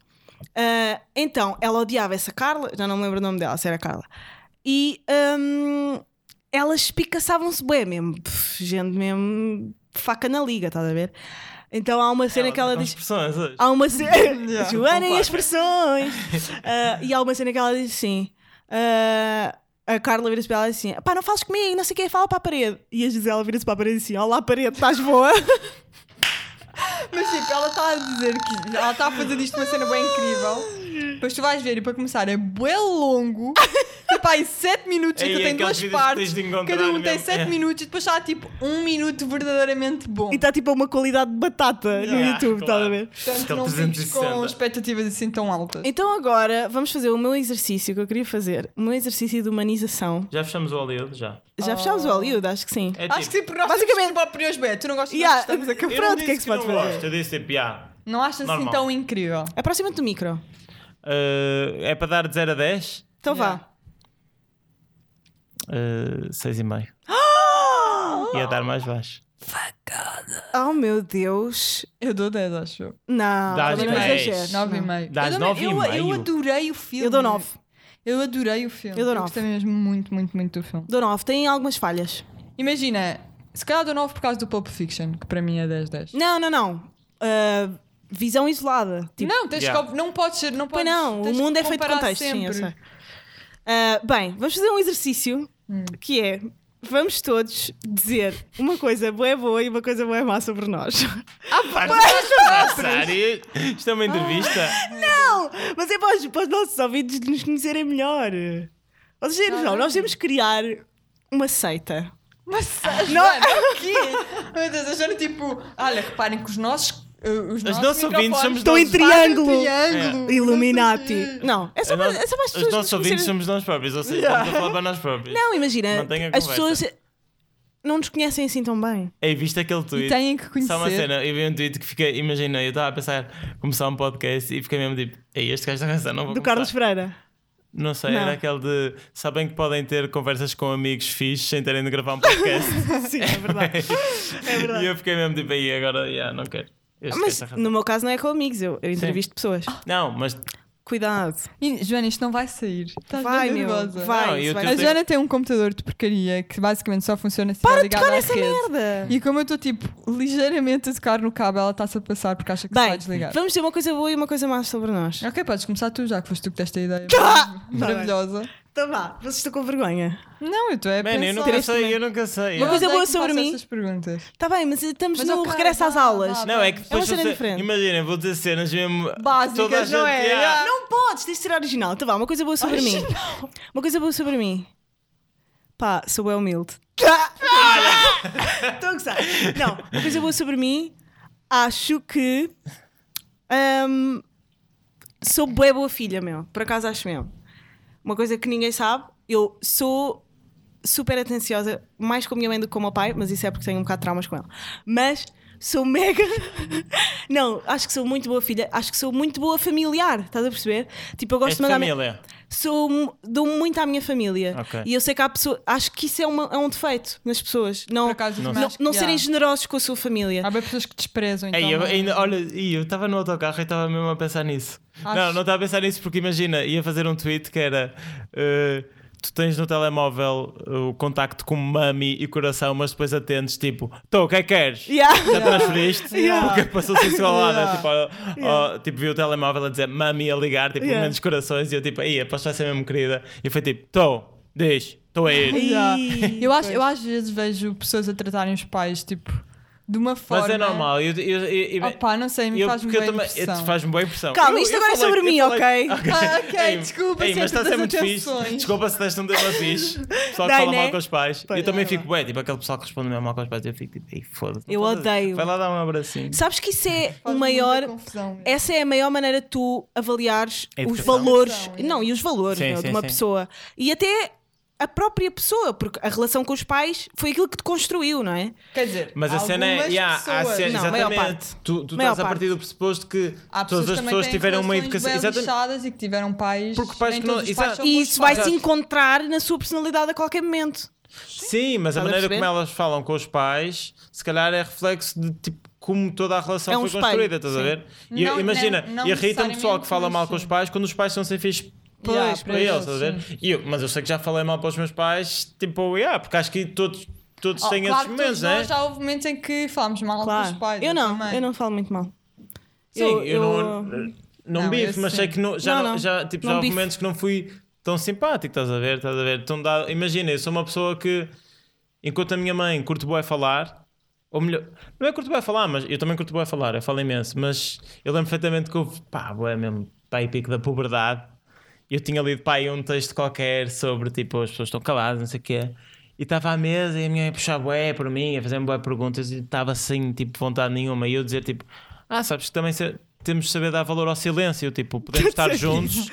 S2: Ah, então, ela odiava essa Carla, já não me lembro o nome dela, se era Carla. E hum, elas espicaçavam-se bué mesmo. Pff, gente mesmo, faca na liga, estás a ver? Então há uma cena que ela
S3: Com
S2: diz.
S3: expressões, hoje.
S2: Há uma cena. [LAUGHS]
S4: Yeah,
S2: Joana e
S4: concordo.
S2: as pressões! Ah, e há uma cena que ela diz assim. ah, a Carla vira-se para ela e diz assim: pá, não fales comigo, não sei o que, fala para a parede. E a Gisela vira-se para a parede e diz assim: olá, parede, estás boa?
S4: Mas tipo, ela está a dizer que ela tá
S2: [LAUGHS]
S4: está a fazer disto uma cena bem incrível. Depois tu vais ver e para começar é bué longo. Eu para aí 7 minutos
S3: Ei,
S4: e que tem
S3: aqueles
S4: duas
S3: vídeos que tens
S4: partes.
S3: de encontrar
S4: Cada um tem
S3: mesmo.
S4: 7
S3: É.
S4: minutos e depois há tipo um minuto verdadeiramente bom.
S2: E está tipo a uma qualidade de batata no
S3: Yeah,
S2: YouTube, estás
S3: claro.
S2: a ver?
S4: Portanto,
S3: Aquele
S4: não fiques
S3: 360.
S4: com expectativas assim tão altas.
S2: Então agora vamos fazer o meu exercício que eu queria fazer. O meu exercício de humanização.
S3: Já fechamos o Hollywood? Já.
S2: Já fechámos o Hollywood, acho que sim.
S3: É
S4: Acho
S3: tipo,
S4: que sim, porque nós
S2: Basicamente-
S4: basicamente para opiniões bem. Tu não gostas de
S2: Yeah,
S4: nós gostamos aqui.
S2: eu-
S3: eu
S2: [LAUGHS]
S3: não
S2: pronto, o que é
S3: disse
S2: que se pode
S3: não
S2: fazer?
S3: Gosto, eu disse tipo, yeah.
S4: Não achas assim
S3: Normal.
S4: tão incrível?
S2: Aproxima-te do micro.
S3: Uh, é para dar de 0 a 10?
S2: Então
S4: Yeah.
S3: Uh, 6,5.
S2: Ah!
S3: Ia dar mais baixo.
S2: vá. Oh meu Deus.
S4: Eu dou 10, acho eu.
S2: Não,
S3: Dás
S2: também não
S3: Tipo, dez.
S2: exageres.
S4: 9 e
S2: Não.
S4: meio.
S3: Dás
S4: eu, também-
S3: nove e
S4: eu- eu
S3: meio?
S4: adorei o filme.
S2: Eu dou 9.
S4: Eu adorei o filme.
S2: Eu dou
S4: gostei mesmo muito, muito, muito do filme.
S2: Dou 9. Tem algumas falhas.
S4: Imagina, se calhar dou 9 por causa do Pulp Fiction, que para mim é 10, 10.
S2: Não, não, não. Ah, visão isolada. Tipo,
S4: não, tens
S3: Yeah.
S4: que, não pode ser, não
S2: pois
S4: pode
S2: não, o mundo é feito de contexto. Sim, eu sei. Ah, bem, vamos fazer um exercício que é. Vamos todos dizer uma coisa boa é boa e uma coisa boa é má sobre nós. [LAUGHS]
S3: Pá, estás a sério? Isto é uma entrevista?
S2: Ah, Não! Mas é para os, para os nossos ouvidos nos conhecerem melhor. Ou seja, não, nós temos que criar uma seita.
S4: [LAUGHS] Mas
S2: Ah, Não-
S4: não o quê? Meu Deus, acharam tipo, olha, reparem que os nossos. eh, Os
S3: Os
S4: nossos,
S3: nossos ouvintes
S4: microfones
S3: somos É,
S2: Estão em
S3: nós.
S2: triângulo!
S4: triângulo.
S2: Illuminati! Não, é só para, é só para as pessoas.
S3: Os nossos
S2: nos
S3: ouvintes
S2: conhecerem.
S3: somos nós próprios, ou seja, estamos a falar para nós próprios.
S2: Não, imagina,
S3: Mantenha a
S2: as
S3: conversa.
S2: pessoas não nos conhecem assim tão bem.
S3: Ei, viste aquele tweet?
S4: E têm que
S3: Só uma
S4: conhecer.
S3: cena, eu vi um tweet que fiquei, imagina, eu estava a pensar começar um podcast e fiquei mesmo tipo, ei, este gajo está a pensar, não vou
S2: Do
S3: começar."
S2: Carlos Freira.
S3: Não sei,
S2: Não.
S3: era aquele de sabem que podem ter conversas com amigos fixes sem terem de gravar um podcast.
S2: [LAUGHS] Sim, [LAUGHS] é verdade.
S3: [LAUGHS]
S2: É
S3: e
S2: verdade.
S3: eu fiquei mesmo tipo, aí agora, yeah, não quero. Este gajo
S2: Mas
S3: está a arrasar."
S2: no meu caso não é com amigos, eu, eu entrevisto pessoas.
S3: Não, mas
S2: Cuidado.
S4: E, Joana, isto não vai sair. Estás
S2: Vai,
S4: bem
S2: meu.
S4: nervosa.
S3: Não,
S2: Vai,
S3: eu
S2: isso vai.
S3: tenho-
S4: A Joana tem um computador de porcaria que basicamente só funciona se
S2: Para
S4: está
S2: de
S4: ligado
S2: tocar
S4: à
S2: nessa
S4: rede.
S2: merda!
S4: E como eu estou tipo ligeiramente a tocar no cabo, ela está-se a passar porque acha que se vai
S2: Bem,
S4: desligar.
S2: vamos ter uma coisa boa e uma coisa má sobre nós.
S4: Ok, podes começar tu já que foste tu que deste a ideia.
S2: [LAUGHS] Tá bem.
S4: Maravilhosa.
S2: Então vá, vocês estão com vergonha.
S4: Não, eu estou a
S3: man, eu
S4: pensar.
S3: nunca sei, eu nunca sei.
S2: Uma
S4: Eu
S2: coisa
S4: odeio
S2: boa
S4: que
S2: sobre
S4: façam
S2: mim-
S4: essas perguntas.
S2: Está Tá bem, mas estamos
S4: Mas,
S2: no
S4: ok,
S2: regresso
S4: vá,
S2: às
S4: vá,
S2: aulas.
S4: vá.
S3: Não, é
S2: É
S3: que
S2: uma cena
S3: depois. vou dizer-
S2: diferente.
S3: Imaginem, vou dizer cenas mesmo.
S4: Básicas,
S3: toda a
S4: não é?
S3: yeah.
S2: Não podes, tens de ser original. Então vá, uma coisa boa sobre mim. Uma coisa boa sobre mim. Pá, sou bem humilde. Estou a gozar. Não, uma coisa boa sobre mim, acho que. hum, sou bué boa filha, meu. Por acaso acho mesmo. Uma coisa que ninguém sabe, eu sou super atenciosa, mais com a minha mãe do que com o meu pai, mas isso é porque tenho um bocado de traumas com ela. Mas sou mega. [LAUGHS] Não, acho que sou muito boa filha, acho que sou muito boa familiar, estás a perceber? Tipo, eu gosto
S3: És
S2: de
S3: É de
S2: mandar.
S3: família.
S2: Sou, mu- dou muito à minha família.
S3: Ok.
S2: E eu sei que há pessoas. Acho que isso é, uma- é um defeito nas pessoas. Não,
S4: Por acaso, eu
S3: Não
S4: também
S2: não,
S4: acho que
S2: não
S4: já.
S2: serem generosos com a sua família.
S4: Há bem pessoas que desprezam. Então,
S3: Ei, É, eu
S4: não-
S3: ainda, olha, ih, eu estava no autocarro e estava mesmo a pensar nisso.
S4: Acho-
S3: Não, não estava a pensar nisso porque imagina, ia fazer um tweet que era. eh, Tu tens no telemóvel eh, o contacto com mami e coração, mas depois atentes, tipo, tô, o que é que queres?
S2: Yeah. [LAUGHS]
S3: Já transferiste?
S2: Yeah.
S3: Porque passou-se isso ao lado,
S4: Yeah.
S3: tipo, ó, ó, tipo, vi o telemóvel a dizer mami a ligar, tipo,
S2: Yeah.
S3: menos corações, e eu tipo, aí, aposto que vai ser mesmo querida. E foi tipo, tô, diz, tô a ir.
S4: Já.
S2: Ih,
S4: Eu, acho,
S2: pois.
S4: eu às vezes vejo pessoas a tratarem os pais tipo de uma forma.
S3: Mas é normal, eu, eu, eu, eu,
S4: Opá, não sei, me
S3: eu,
S4: faz-me
S3: porque eu
S4: bem
S3: também,
S4: impressão.
S3: eu- faz-me boa impressão.
S2: Calma,
S3: Eu-
S2: isto
S3: eu
S2: agora é
S3: falei-
S2: sobre
S3: eu
S2: mim,
S3: falei- [LAUGHS]
S2: ok?
S4: [LAUGHS] Ah, ok, desculpa,
S3: ei, mas
S2: é
S4: sempre
S3: está a ser
S4: das
S3: muito fixe.
S4: atenções.
S3: Desculpa se deste um tema fixe.
S2: [LAUGHS]
S3: Pessoal que
S2: Dai,
S3: fala
S2: né?
S3: mal com os pais.
S2: Pois,
S3: eu também
S2: é
S3: fico bem, tipo aquele pessoal que responde mesmo mal com os pais. Eu fico tipo, ei, foda-se. não
S2: Eu
S3: faz-
S2: odeio.
S3: Vai lá dar um abracinho.
S2: Sabes que isso é o
S4: Faz
S2: maior.
S4: muita confusão mesmo.
S2: Essa é a maior maneira de tu avaliares
S3: A
S2: os
S3: educação.
S2: valores.
S4: Educação, é.
S2: Não, e os valores
S3: Sim,
S2: meu, de
S3: sim,
S2: uma
S3: sim.
S2: pessoa. E até a própria pessoa, porque a relação com os pais foi aquilo que te construiu, não é?
S4: Quer dizer,
S3: Mas a cena é.
S4: algumas
S3: Yeah, há
S4: pessoas-
S3: a cena-
S2: Não, a maior
S3: exatamente.
S2: parte.
S3: Tu, tu
S2: Maior
S3: estás a partir
S2: parte.
S3: do pressuposto que
S4: Há
S3: todas as
S4: também
S3: pessoas
S4: têm
S3: tiveram uma
S4: relações
S3: educação.
S4: bem
S3: Exatamente.
S4: lixadas e que tiveram pais.
S3: Porque pais
S4: nem
S3: que não-
S4: todos os
S3: exato.
S4: pais são
S2: E
S4: bons
S2: isso vai
S4: pais.
S2: se encontrar na sua personalidade a qualquer momento.
S3: Sim, mas a
S2: Estás a
S3: maneira
S2: perceber?
S3: como elas falam com os pais, se calhar é reflexo de tipo como toda a relação
S2: É um
S3: foi
S2: espelho,
S3: construída, estás a
S2: sim.
S3: ver? E
S4: Não-
S3: imagina,
S4: não- não
S3: e irrita-me o pessoal
S4: necessariamente,
S3: que fala mal
S4: mas
S3: com os
S4: sim.
S3: pais quando os pais são sem fixe para
S4: Yeah,
S3: eles,
S4: para
S3: para eles,
S4: eles,
S3: estás a ver? E eu- mas eu sei que já falei mal para os meus pais, tipo, yeah, porque acho que todos, todos
S4: Oh,
S3: têm
S4: claro
S3: esses
S4: que
S3: momentos,
S4: todos
S3: não é?
S4: nós já houve momentos em que falámos mal
S2: Claro.
S4: dos pais.
S2: eu não,
S4: também.
S2: eu não falo muito mal.
S3: Sim, eu, não, não,
S4: Não,
S3: bife,
S4: esse
S3: mas
S4: sim.
S3: sei que não, já,
S2: Não,
S3: não-
S2: não.
S3: já, tipo,
S2: Não
S3: já houve
S2: bife.
S3: momentos que não fui tão simpático, estás a ver? Estás a ver? Tão dado- imagina, eu sou uma pessoa que, enquanto a minha mãe curte bué falar, ou melhor, não é curto bué falar, mas eu também curto bué falar, eu falo imenso, mas eu lembro perfeitamente que houve, pá, bué mesmo, pá, e pico da puberdade. Eu tinha lido pá, aí um texto qualquer sobre tipo as pessoas estão caladas, não sei o quê. E estava à mesa e a minha mãe puxava bué por mim, a fazer-me bué perguntas e estava sem tipo vontade nenhuma. E eu dizer tipo, ah, sabes que também se- temos de saber dar valor ao silêncio,
S2: [LAUGHS]
S3: tipo, podemos estar juntos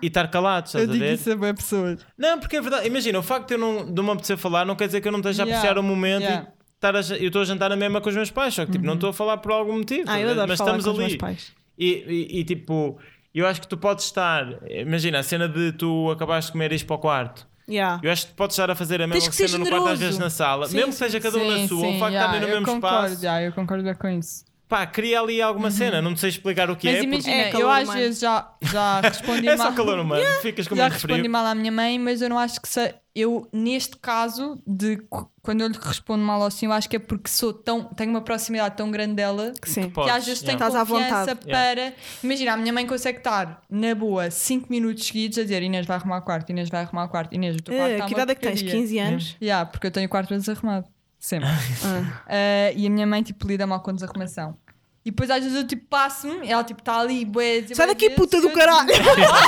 S3: e estar calados,
S4: Eu
S3: estás a
S4: digo
S3: ver?
S4: isso a boa pessoas.
S3: Não, porque é verdade. Imagina, o facto de eu não, de não apetecer falar não quer dizer que eu não esteja
S4: Yeah.
S3: a apreciar o momento
S4: Yeah.
S3: e estar a, ja- eu estou a jantar na mesma com os meus pais, só que tipo, não estou a falar por algum motivo.
S2: Uhum. Ah, eu
S3: estás a
S2: adoro
S3: ver? Mas
S2: falar
S3: estamos
S2: com
S3: ali.
S2: os meus pais.
S3: E, e- e, tipo, eu acho que tu podes estar. Imagina, a cena de tu acabaste de comer isto para o quarto.
S2: Yeah.
S3: Eu acho que tu podes estar a fazer a
S2: Tens
S3: mesma
S2: que ser
S3: cena no quarto às
S2: generoso.
S3: vezes na sala,
S2: Sim,
S3: mesmo que seja cada um na sua, o facto de estarem no
S4: eu
S3: mesmo
S4: concordo,
S3: espaço.
S4: já, eu concordo bem com isso.
S3: Pá, cria ali
S2: Uhum.
S3: alguma cena, não sei explicar o que
S4: Mas
S3: é.
S4: imagina,
S3: [LAUGHS]
S2: É calor
S4: eu às
S2: humano.
S4: vezes já, já respondi
S3: Porque é
S4: mal.
S3: só
S2: [LAUGHS]
S3: calor humano, ficas com
S4: já
S3: muito [LAUGHS]
S4: respondi
S3: frio.
S4: mal à minha mãe, mas eu não acho que se, eu neste caso de qu- quando eu lhe respondo mal ao sim, eu acho que é porque sou tão tenho uma proximidade tão grande dela que,
S2: Sim.
S3: Podes,
S4: às vezes
S3: yeah.
S4: tenho
S2: Estás à
S4: confiança
S2: vontade.
S4: para imagina a minha mãe consegue estar na boa 5 minutos seguidos a dizer Inês vai arrumar o quarto, Inês vai arrumar o quarto, Inês o teu quarto
S2: Ah,
S4: está
S2: que
S4: uma
S2: idade é que tens?
S4: porcaria."
S2: 15 anos?
S4: Yeah, porque eu tenho o quarto desarrumado.
S3: [LAUGHS]
S4: Sempre.
S2: Ah.
S4: Ah, e a minha mãe, tipo, lida mal com desarrumação. E depois às vezes eu, tipo, passo-me, ela, tipo, está ali, bué...
S2: Sai
S4: bué
S2: daqui,
S4: vezes,
S2: puta
S4: eu,
S2: do
S4: tipo,
S2: caralho!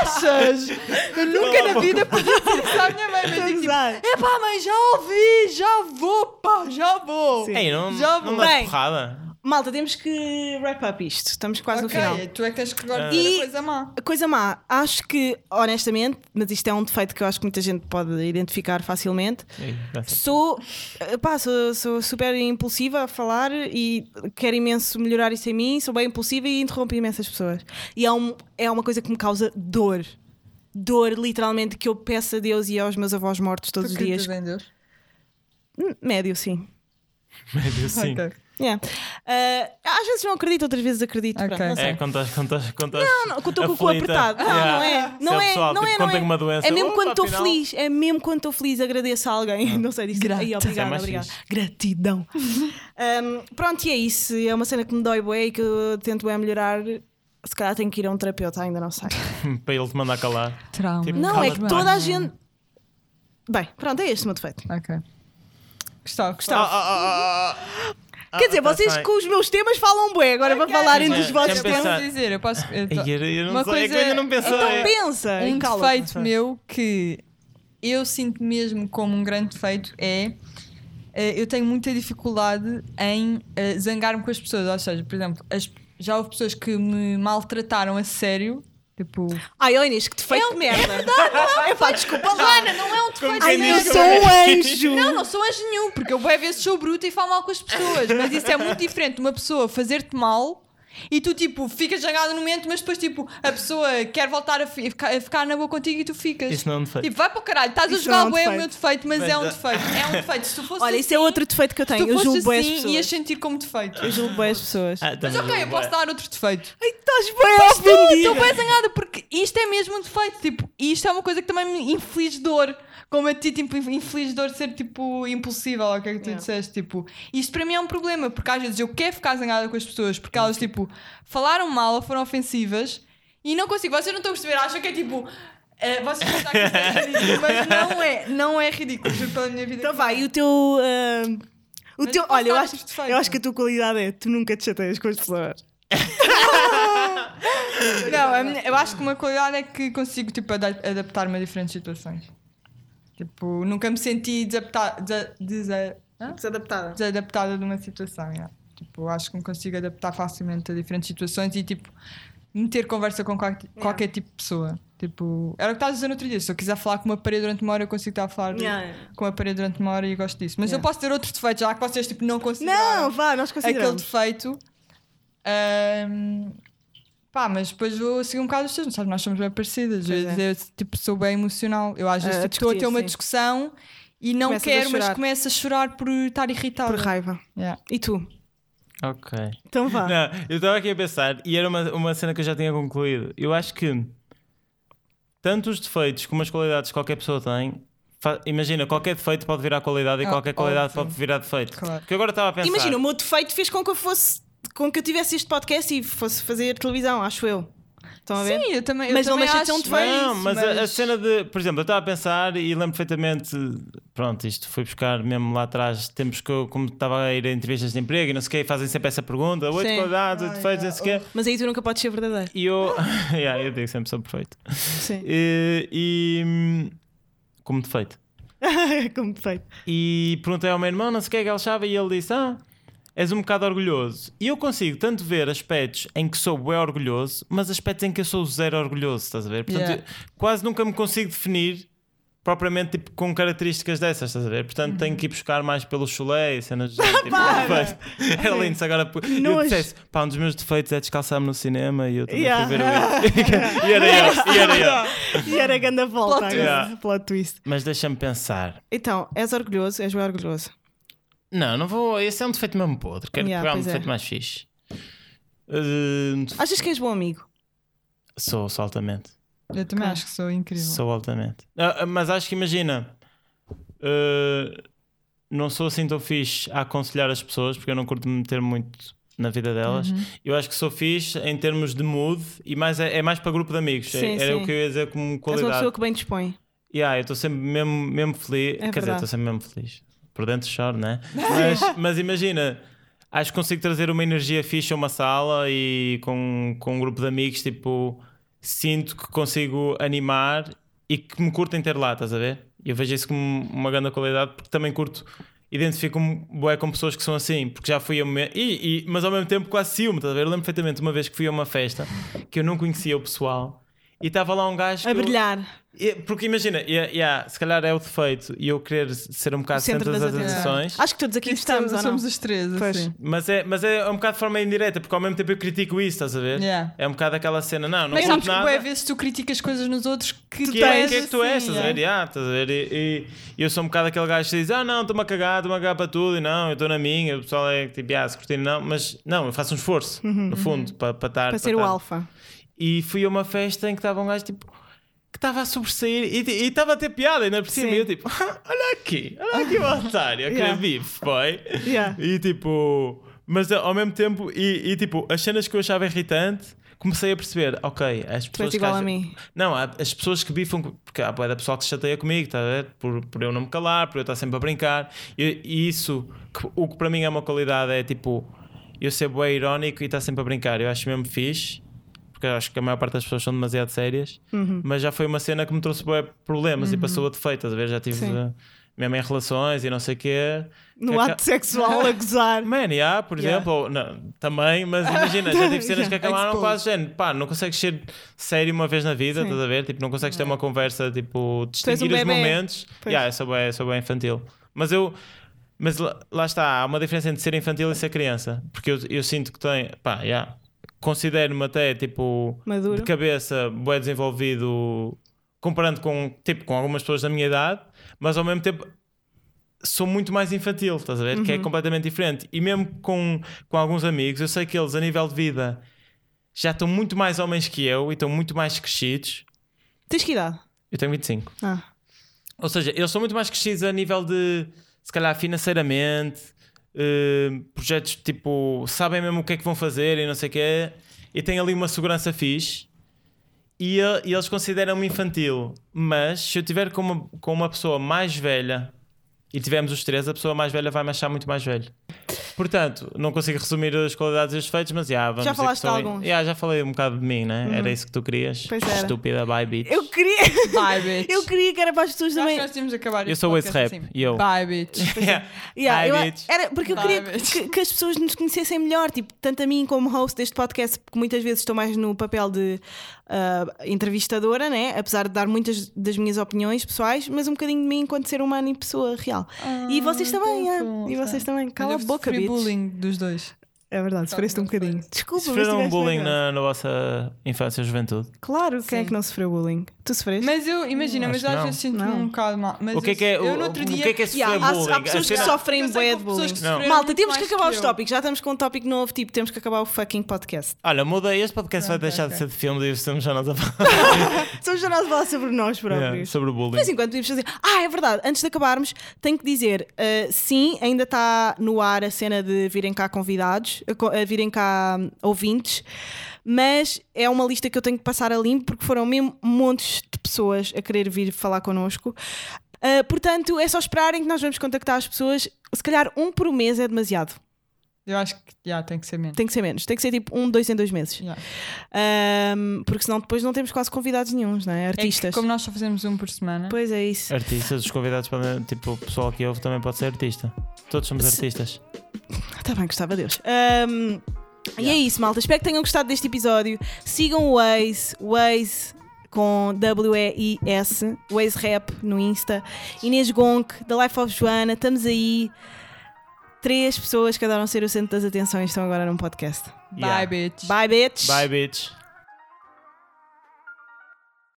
S4: Achas? [LAUGHS] Eu nunca na vida podia dizer isso à minha mãe, mas eu, tipo...
S2: Exato.
S4: Epá, mãe, já ouvi, já vou, pá, já vou.
S2: Sim.
S3: Ei, não,
S4: Já
S3: não
S4: vou.
S3: dá
S2: Bem.
S3: porrada.
S2: Malta, temos que wrap up isto. Estamos quase
S4: Ok,
S2: no final.
S4: tu é que tens que agora
S3: Ah.
S4: dizer
S2: E-
S4: a coisa má.
S2: A coisa má, acho que, honestamente, mas isto é um defeito que eu acho que muita gente pode identificar facilmente.
S3: Ei, dá certo.
S2: Sou, eh, pá, sou, sou super impulsiva a falar e quero imenso melhorar isso em mim. Sou bem impulsiva e interrompo imensas pessoas. E é, um, é uma coisa que me causa dor. Dor, literalmente, que eu peço a Deus e aos meus avós mortos todos os dias.
S4: em Deus.
S2: Hum, Médio, sim.
S3: Meu Deus, sim.
S4: Ok.
S2: Yeah. Eh, às vezes não acredito, outras vezes acredito.
S4: Ok.
S2: Pronto, não sei.
S3: É, quando estás, quando estás, quando estás
S2: Não, não, quando estou com o cu
S3: aflita. Ah,
S2: apertado. Não,
S3: Yeah.
S2: não é.
S3: Se
S2: Não é,
S3: pessoal,
S2: não
S3: tipo,
S2: é, não
S3: quando
S2: é.
S3: tem uma doença,
S2: É mesmo
S3: "Opa,
S2: quando estou
S3: afinal." Ah.
S2: feliz, é mesmo quando estou feliz, agradeço a alguém. [LAUGHS] Não sei disso. Aí, obrigada,
S3: mais
S2: obrigada.
S3: fixe. [LAUGHS]
S2: Gratidão. Um, pronto, e é isso. É uma cena que me dói bué e que eu tento bem melhorar. Se calhar tenho que ir a um terapeuta, ainda não
S3: [LAUGHS]
S2: sei.
S3: para ele te mandar calar.
S4: Trauma.
S3: Tipo,
S2: Não, é que
S3: Calma-te,
S2: toda a
S3: mano.
S2: gente. Bem, pronto, é este o meu defeito.
S4: Ok. Gustavo,
S3: Ah,
S4: Gustavo.
S3: ah, ah, ah, ah.
S2: Quer dizer,
S3: Ah, tá
S2: vocês
S3: bem.
S2: com os meus temas falam bué, agora para falarem
S3: Mas
S2: dos
S3: é-
S2: vossos
S3: é
S2: temas.
S3: pensar-
S4: Podemos dizer, eu posso... eu to-
S3: Ai, eu- eu
S4: Então, Uma
S3: não sei, é que eu
S4: coisa-
S3: ainda não pensei.
S2: Então pensa,
S4: um
S2: cala-te.
S4: defeito meu que eu sinto mesmo como um grande defeito é eh, eu tenho muita dificuldade em eh, zangar-me com as pessoas. Ou seja, por exemplo, as- já houve pessoas que me maltrataram a sério. Tipo,
S2: Ai, ó Inês, que defeito de merda. É [LAUGHS] verdade, pá, desculpa lá.
S4: Ana, não é um defeito.
S2: Ai,
S3: quem
S2: eu
S3: diz que
S2: sou
S3: eu-
S2: um
S4: [LAUGHS]
S2: anjo.
S4: Não, não sou anjo nenhum, porque eu boé vezes sou bruta e falo mal com as pessoas. Mas isso é muito diferente de uma pessoa fazer-te mal e tu, tipo, ficas jangado no momento, mas depois, tipo, a pessoa quer voltar a, fi- a ficar na boa contigo e tu ficas.
S3: Isso não é um defeito.
S4: Tipo, vai para o caralho, estás a
S2: Isso
S4: jogar
S2: não é um
S4: bué, é o
S2: defeito.
S4: meu defeito, mas,
S3: Mas
S4: é um
S3: dá-
S4: defeito. É um defeito. Se tu fosse
S2: Olha, isso é outro defeito que eu
S4: assim,
S2: tenho.
S4: se
S2: Eu
S4: tu fosse
S2: julgo bem as
S4: assim, ias
S2: pessoas.
S4: sentir como defeito.
S2: Eu julgo bem as pessoas.
S3: Ah,
S4: Mas
S3: também
S4: ok, eu
S3: digo,
S4: posso
S3: é.
S4: dar outro defeito.
S2: Ai, estás bem
S4: Estou
S2: ofendida.
S4: bem zangada porque isto é mesmo um defeito. Tipo, isto é uma coisa que também me inflige dor. Como a ti, tipo, inflige dor ser tipo impulsível, ou o que é que tu
S2: Yeah.
S4: disseste? Tipo, isto para mim é um problema, porque às vezes eu quero ficar zangada com as pessoas porque elas, tipo, falaram mal ou foram ofensivas e não consigo. Vocês não estão a perceber, acham que é tipo. eh, vocês pensam que isto é ridículo, mas não é, não é ridículo, juro pela minha vida.
S2: Então
S4: que
S2: vai,
S4: não
S2: e
S4: é.
S2: o teu. ahm, o
S4: Mas
S2: teu
S4: eu posso
S2: olha, eu
S4: dar
S2: acho,
S4: outro defeito.
S2: eu acho que a tua qualidade é tu nunca te chateias com as pessoas.
S4: Não, a minha- eu acho que uma qualidade é que consigo tipo, ada- adaptar-me a diferentes situações. Tipo, nunca me senti desapta- desa- desa- hã?
S2: Desadaptada.
S4: desadaptada de uma situação. yeah. Tipo, acho que me consigo adaptar facilmente a diferentes situações e tipo, meter conversa com qualquer, qualquer tipo de pessoa. Tipo, era o que estás a dizer no outro dia. Se eu quiser falar com uma parede durante uma hora, eu consigo estar a falar
S2: Yeah, yeah.
S4: com uma parede durante uma hora e gosto disso. Mas
S2: Yeah.
S4: eu posso ter outro defeito, já que vocês tipo, não conseguem
S2: Não, vá, nós
S4: aquele
S2: consideramos.
S4: defeito. Ahm, pá, mas depois vou seguir um bocado os teus, não sabes? Nós somos bem parecidas.
S2: Pois
S4: eu,
S2: é.
S4: eu, tipo, sou bem emocional. Eu às vezes
S2: Ah,
S4: tipo, estou a
S2: discutir,
S4: ter uma
S2: sim.
S4: discussão e não
S2: Começas a
S4: quero, mas
S2: chorar.
S4: começo a chorar por estar irritada.
S2: Por raiva.
S4: Yeah.
S2: E tu?
S3: Ok.
S2: Então vá.
S3: Não, eu estava aqui a pensar, e era uma, uma cena que eu já tinha concluído. Eu acho que tanto os defeitos como as qualidades que qualquer pessoa tem. fa- Imagina, qualquer defeito pode virar qualidade e
S4: Ah,
S3: qualquer qualidade
S4: óbvio.
S3: pode virar defeito.
S4: Claro.
S3: Porque agora estava a pensar.
S2: Imagina, o meu defeito fez com que eu fosse. Com que eu tivesse este podcast e fosse fazer televisão, acho eu. Estão a ver?
S4: Sim, eu também.
S2: Mas não
S4: eu também
S2: deixa de
S4: acho
S2: ser um defeito.
S4: bem
S3: Não,
S4: isso,
S3: mas, A, a cena de. Por exemplo, eu estava a pensar e lembro perfeitamente. Pronto, isto foi buscar mesmo lá atrás. Tempos que eu, como estava a ir a entrevistas de emprego e não sei o quê, e fazem sempre essa pergunta: oito
S2: Sim.
S3: qualidades, oito defeitos, não sei o quê.
S2: Mas aí tu nunca podes ser verdadeiro.
S3: E eu. [LAUGHS] yeah, eu digo sempre sou perfeito.
S2: Sim. [LAUGHS]
S3: E. e hum, como defeito.
S2: Como defeito.
S3: E perguntei ao meu irmão, não sei o que é que ele achava, e ele disse: Ah, és um bocado orgulhoso. E eu consigo tanto ver aspectos em que sou bem orgulhoso, mas aspectos em que eu sou zero orgulhoso, estás a ver? Portanto,
S4: Yeah.
S3: eu quase nunca me consigo definir propriamente tipo, com características dessas, estás a ver? Portanto, tenho que ir buscar mais pelo chulé e
S2: [LAUGHS]
S3: cenas de tipo,
S2: Uhum. Para!
S3: [LAUGHS] Era lindo se agora pu- eu
S2: nojo.
S3: dissesse, pá, um dos meus defeitos é descalçar-me no cinema e eu também
S2: Yeah.
S3: fui ver
S2: [LAUGHS]
S3: o [LAUGHS] E era eu, e era eu.
S2: E era a grande volta
S4: Plot
S2: agora.
S4: twist.
S3: Yeah.
S2: Plot twist.
S3: Mas deixa-me pensar.
S2: Então, és orgulhoso, és bem orgulhoso.
S3: Não, não vou. Esse é um defeito mesmo podre. Quero
S2: Yeah,
S3: pegar um
S2: pois é.
S3: defeito mais fixe. Uh,
S2: Achas que és bom amigo?
S3: sou, sou altamente.
S4: Eu também acho que sou incrível.
S3: Sou altamente. Ah, ah, mas acho que imagina. uh, não sou assim tão fixe a aconselhar as pessoas porque eu não curto me meter muito na vida delas.
S2: Uhum.
S3: Eu acho que sou fixe em termos de mood e mais é, é mais para grupo de amigos. É-
S2: Sim,
S3: era
S2: sim.
S3: o que eu ia dizer como
S2: És uma
S3: qualidade.
S2: pessoa que bem dispõe.
S3: Yeah, eu estou sempre mesmo, mesmo feliz. Quer dizer,
S2: verdade.
S3: estou sempre mesmo feliz. Por dentro choro, né? Mas, mas imagina, acho que consigo trazer uma energia fixa a uma sala e com, com um grupo de amigos, tipo, sinto que consigo animar e que me curtem ter lá, estás a ver? Eu vejo isso como uma grande qualidade porque também curto. Identifico-me bué com pessoas que são assim, porque já fui a me... e, e- mas ao mesmo tempo quase ciúme, estás a ver? Eu lembro perfeitamente uma vez que fui a uma festa que eu não conhecia o pessoal e estava lá um gajo
S2: A
S3: que eu-
S2: brilhar.
S3: e- Porque imagina, yeah, yeah, se calhar é o defeito e eu querer ser um
S2: O
S3: bocado
S2: centro das atenções. Acho que todos aqui estamos,
S4: somos,
S2: ou não?
S4: somos os três,
S2: Pois.
S4: assim.
S3: mas é, mas é um bocado de forma indireta, porque ao mesmo tempo eu critico isso, estás a ver?
S4: Yeah.
S3: É um bocado aquela cena, não, não
S4: Mas
S3: curto
S4: sabes é que
S3: nada.
S4: bué vezes tu criticas coisas nos outros que tu
S3: que é,
S4: tens.
S3: que é que tu és,
S4: assim,
S3: estás a ver? Yeah, estás a ver? E, e eu sou um bocado aquele gajo que diz: Ah, não, estou-me a cagar, estou-me a cagar para tudo, e não, eu estou na minha, o pessoal é tipo, ah, se curtir, não, mas não, eu faço um esforço, no fundo, para, para estar.
S2: Para ser o
S3: estar-
S2: alfa.
S3: e fui a uma festa em que estava um gajo tipo que estava a sobressair e e estava a ter piada ainda por cima.
S2: Sim.
S3: E eu tipo, [LAUGHS] "Ah, olha aqui, olha aqui o otário, que
S2: [LAUGHS] Yeah.
S3: vive, boy.
S2: Yeah.
S3: E tipo, mas ao mesmo tempo, e, e, tipo, as cenas que eu achava irritante, comecei a perceber, ok, as
S2: Tu
S3: pessoas.
S2: és
S3: que
S2: igual a
S3: acham-
S2: mim.
S3: Não, há- as pessoas que bifam, porque há bué da pessoal que se chateia comigo, tá a ver? Por, por eu não me calar, por eu estar sempre a brincar. E, e isso, que- o que para mim é uma qualidade, é tipo, eu ser bué irónico e estar sempre a brincar. Eu acho mesmo fixe, porque eu acho que a maior parte das pessoas são demasiado sérias,
S2: Uhum.
S3: mas já foi uma cena que me trouxe bué problemas e passou a defeito, estás a ver? Já tive.
S2: Sim.
S3: eh, Mesmo em relações e não sei o quê.
S2: No
S3: Que aca-
S2: ato
S3: [LAUGHS]
S2: sexual a gozar.
S3: Man, yeah, por
S4: Yeah.
S3: exemplo, ou- não, também, mas imagina, já
S2: [LAUGHS]
S3: tive cenas que acabaram
S4: Exposed.
S3: quase género, pá, não consegues ser sério uma vez na vida,
S2: Sim.
S3: estás a ver? Tipo, não consegues ter uma conversa, tipo,
S2: és um
S3: distinguir os
S2: bebê.
S3: momentos.
S2: Pois.
S3: Yeah, é eu sou bem, sou bem infantil. Mas eu, mas lá, lá está, há uma diferença entre ser infantil e ser criança, porque eu, eu sinto que tem, pá, yeah, considero-me até, tipo,
S2: Maduro.
S3: de cabeça, bem desenvolvido, comparando com, tipo, com algumas pessoas da minha idade, mas ao mesmo tempo sou muito mais infantil, estás a ver? Que é completamente diferente. E mesmo com, com alguns amigos, eu sei que eles, a nível de vida, já estão muito mais homens que eu e estão muito mais crescidos.
S2: Tens que idade?
S3: Eu tenho 25.
S2: Ah.
S3: Ou seja, eles são muito mais crescidos a nível de, se calhar, financeiramente, eh, projetos tipo, sabem mesmo o que é que vão fazer e não sei o quê, e têm ali uma segurança fixe. E, eh, e eles consideram-me infantil, mas se eu tiver com uma, com uma pessoa mais velha e tivermos os três, a pessoa mais velha vai me achar muito mais velho. Portanto, não consigo resumir as qualidades e os defeitos, mas yeah, vamos
S2: Já
S3: dizer que
S2: falaste de
S3: sou-
S2: alguns. Uhum.
S3: Yeah, já falei um bocado de mim, né? Era isso que tu querias.
S2: Pois era.
S3: Estúpida, bye bitch.
S2: Eu queria,
S4: é. Bye, bitch.
S2: eu queria que era para as pessoas
S4: Acho que
S2: também.
S4: nós tínhamos de acabar
S3: Eu
S4: este
S3: sou esse
S4: podcast
S3: rap,
S4: assim.
S3: e eu.
S4: Bye, bitch.
S3: [LAUGHS] Yeah.
S2: Yeah,
S3: Bye,
S2: eu-
S3: bitch.
S2: era porque eu
S4: Bye,
S2: queria
S4: bitch.
S2: que, que as pessoas nos conhecessem melhor, tipo, tanto a mim como host deste podcast, porque muitas vezes estou mais no papel de ah, entrevistadora, né? apesar de dar muitas das minhas opiniões pessoais, mas um bocadinho de mim enquanto ser humano e pessoa real. e
S4: Ah,
S2: vocês também,
S4: fofo.
S2: yeah. e vocês também. Cala a
S4: Ainda
S2: boca,
S4: sofri
S2: bitch.
S4: é. bullying Então, dos dois.
S2: É verdade, sofreste um bocadinho. Desculpa, mas
S3: Sofreram
S2: tiveste
S3: um bullying
S2: razão.
S3: na, na vossa infância e juventude?
S2: Claro, quem é
S4: Sim.
S2: que não sofreu bullying? Tu sofreste?
S4: Mas eu, imagina,
S3: Acho
S4: mas
S3: que
S4: às
S3: não.
S4: vezes sinto-me
S2: Não.
S4: um bocado mal. Mas
S3: O que é que
S4: eu-
S3: é,
S4: eu, no
S3: o,
S4: outro
S3: o
S4: dia.
S3: que é que é sofrer
S2: Yeah, há-
S3: bullying?
S2: há,
S3: A
S2: pessoas que
S3: cena-
S2: sofrem
S4: Eu sei que
S2: bué de
S4: houve pessoas
S2: bullying.
S4: que sofreram
S2: Malta,
S4: muito
S2: temos que
S4: mais
S2: acabar
S4: que
S2: os
S4: eu.
S2: tópicos. Já estamos com um tópico novo, tipo, temos que acabar o fucking podcast.
S3: Olha, muda, este podcast vai
S4: Ok,
S3: deixar de
S4: ok.
S3: ser de filme e estamos já nós a falar
S2: São jornais de falar sobre nós
S3: yeah,
S2: próprios.
S3: sobre o
S2: De
S3: bullying.
S2: vez em quando podemos fazer. Ah, é verdade. Antes de eh, acabarmos, tenho que dizer: uh, sim, ainda está no ar a cena de virem cá convidados. vídeos, a, co- a virem cá hum, ouvintes, mas é uma lista que eu tenho que passar a limpo porque foram mesmo montes de pessoas a querer vir falar connosco. Ah, portanto, é só esperarem que nós vamos contactar as pessoas. Se calhar um por mês é demasiado.
S4: Eu acho que já tem que ser menos. É
S2: Tem que ser menos. Tem que ser tipo um, dois em dois meses.
S4: Já.
S2: Ahm, porque senão depois não temos quase convidados nenhuns, não é?
S4: É que
S2: Artistas.
S4: como nós só fazemos um por semana,
S2: Pois é isso.
S3: Artistas, os convidados podem. Tipo, o pessoal que ouve também pode ser artista. Todos somos
S2: Se-
S3: artistas.
S2: Está Ah, tá bem, gostava Deus. Ahm, E é isso, malta. Espero que tenham gostado deste episódio. Sigam o Waze, Waze com W-E-I-S, Waze Rap no Insta. Inês Gonk, da Life of Joana, estamos aí. Três pessoas que adoram ser o centro das atenções estão agora num podcast.
S4: bye
S3: Yeah.
S4: bitch.
S2: Bye, bitch!
S3: Bye, bitch.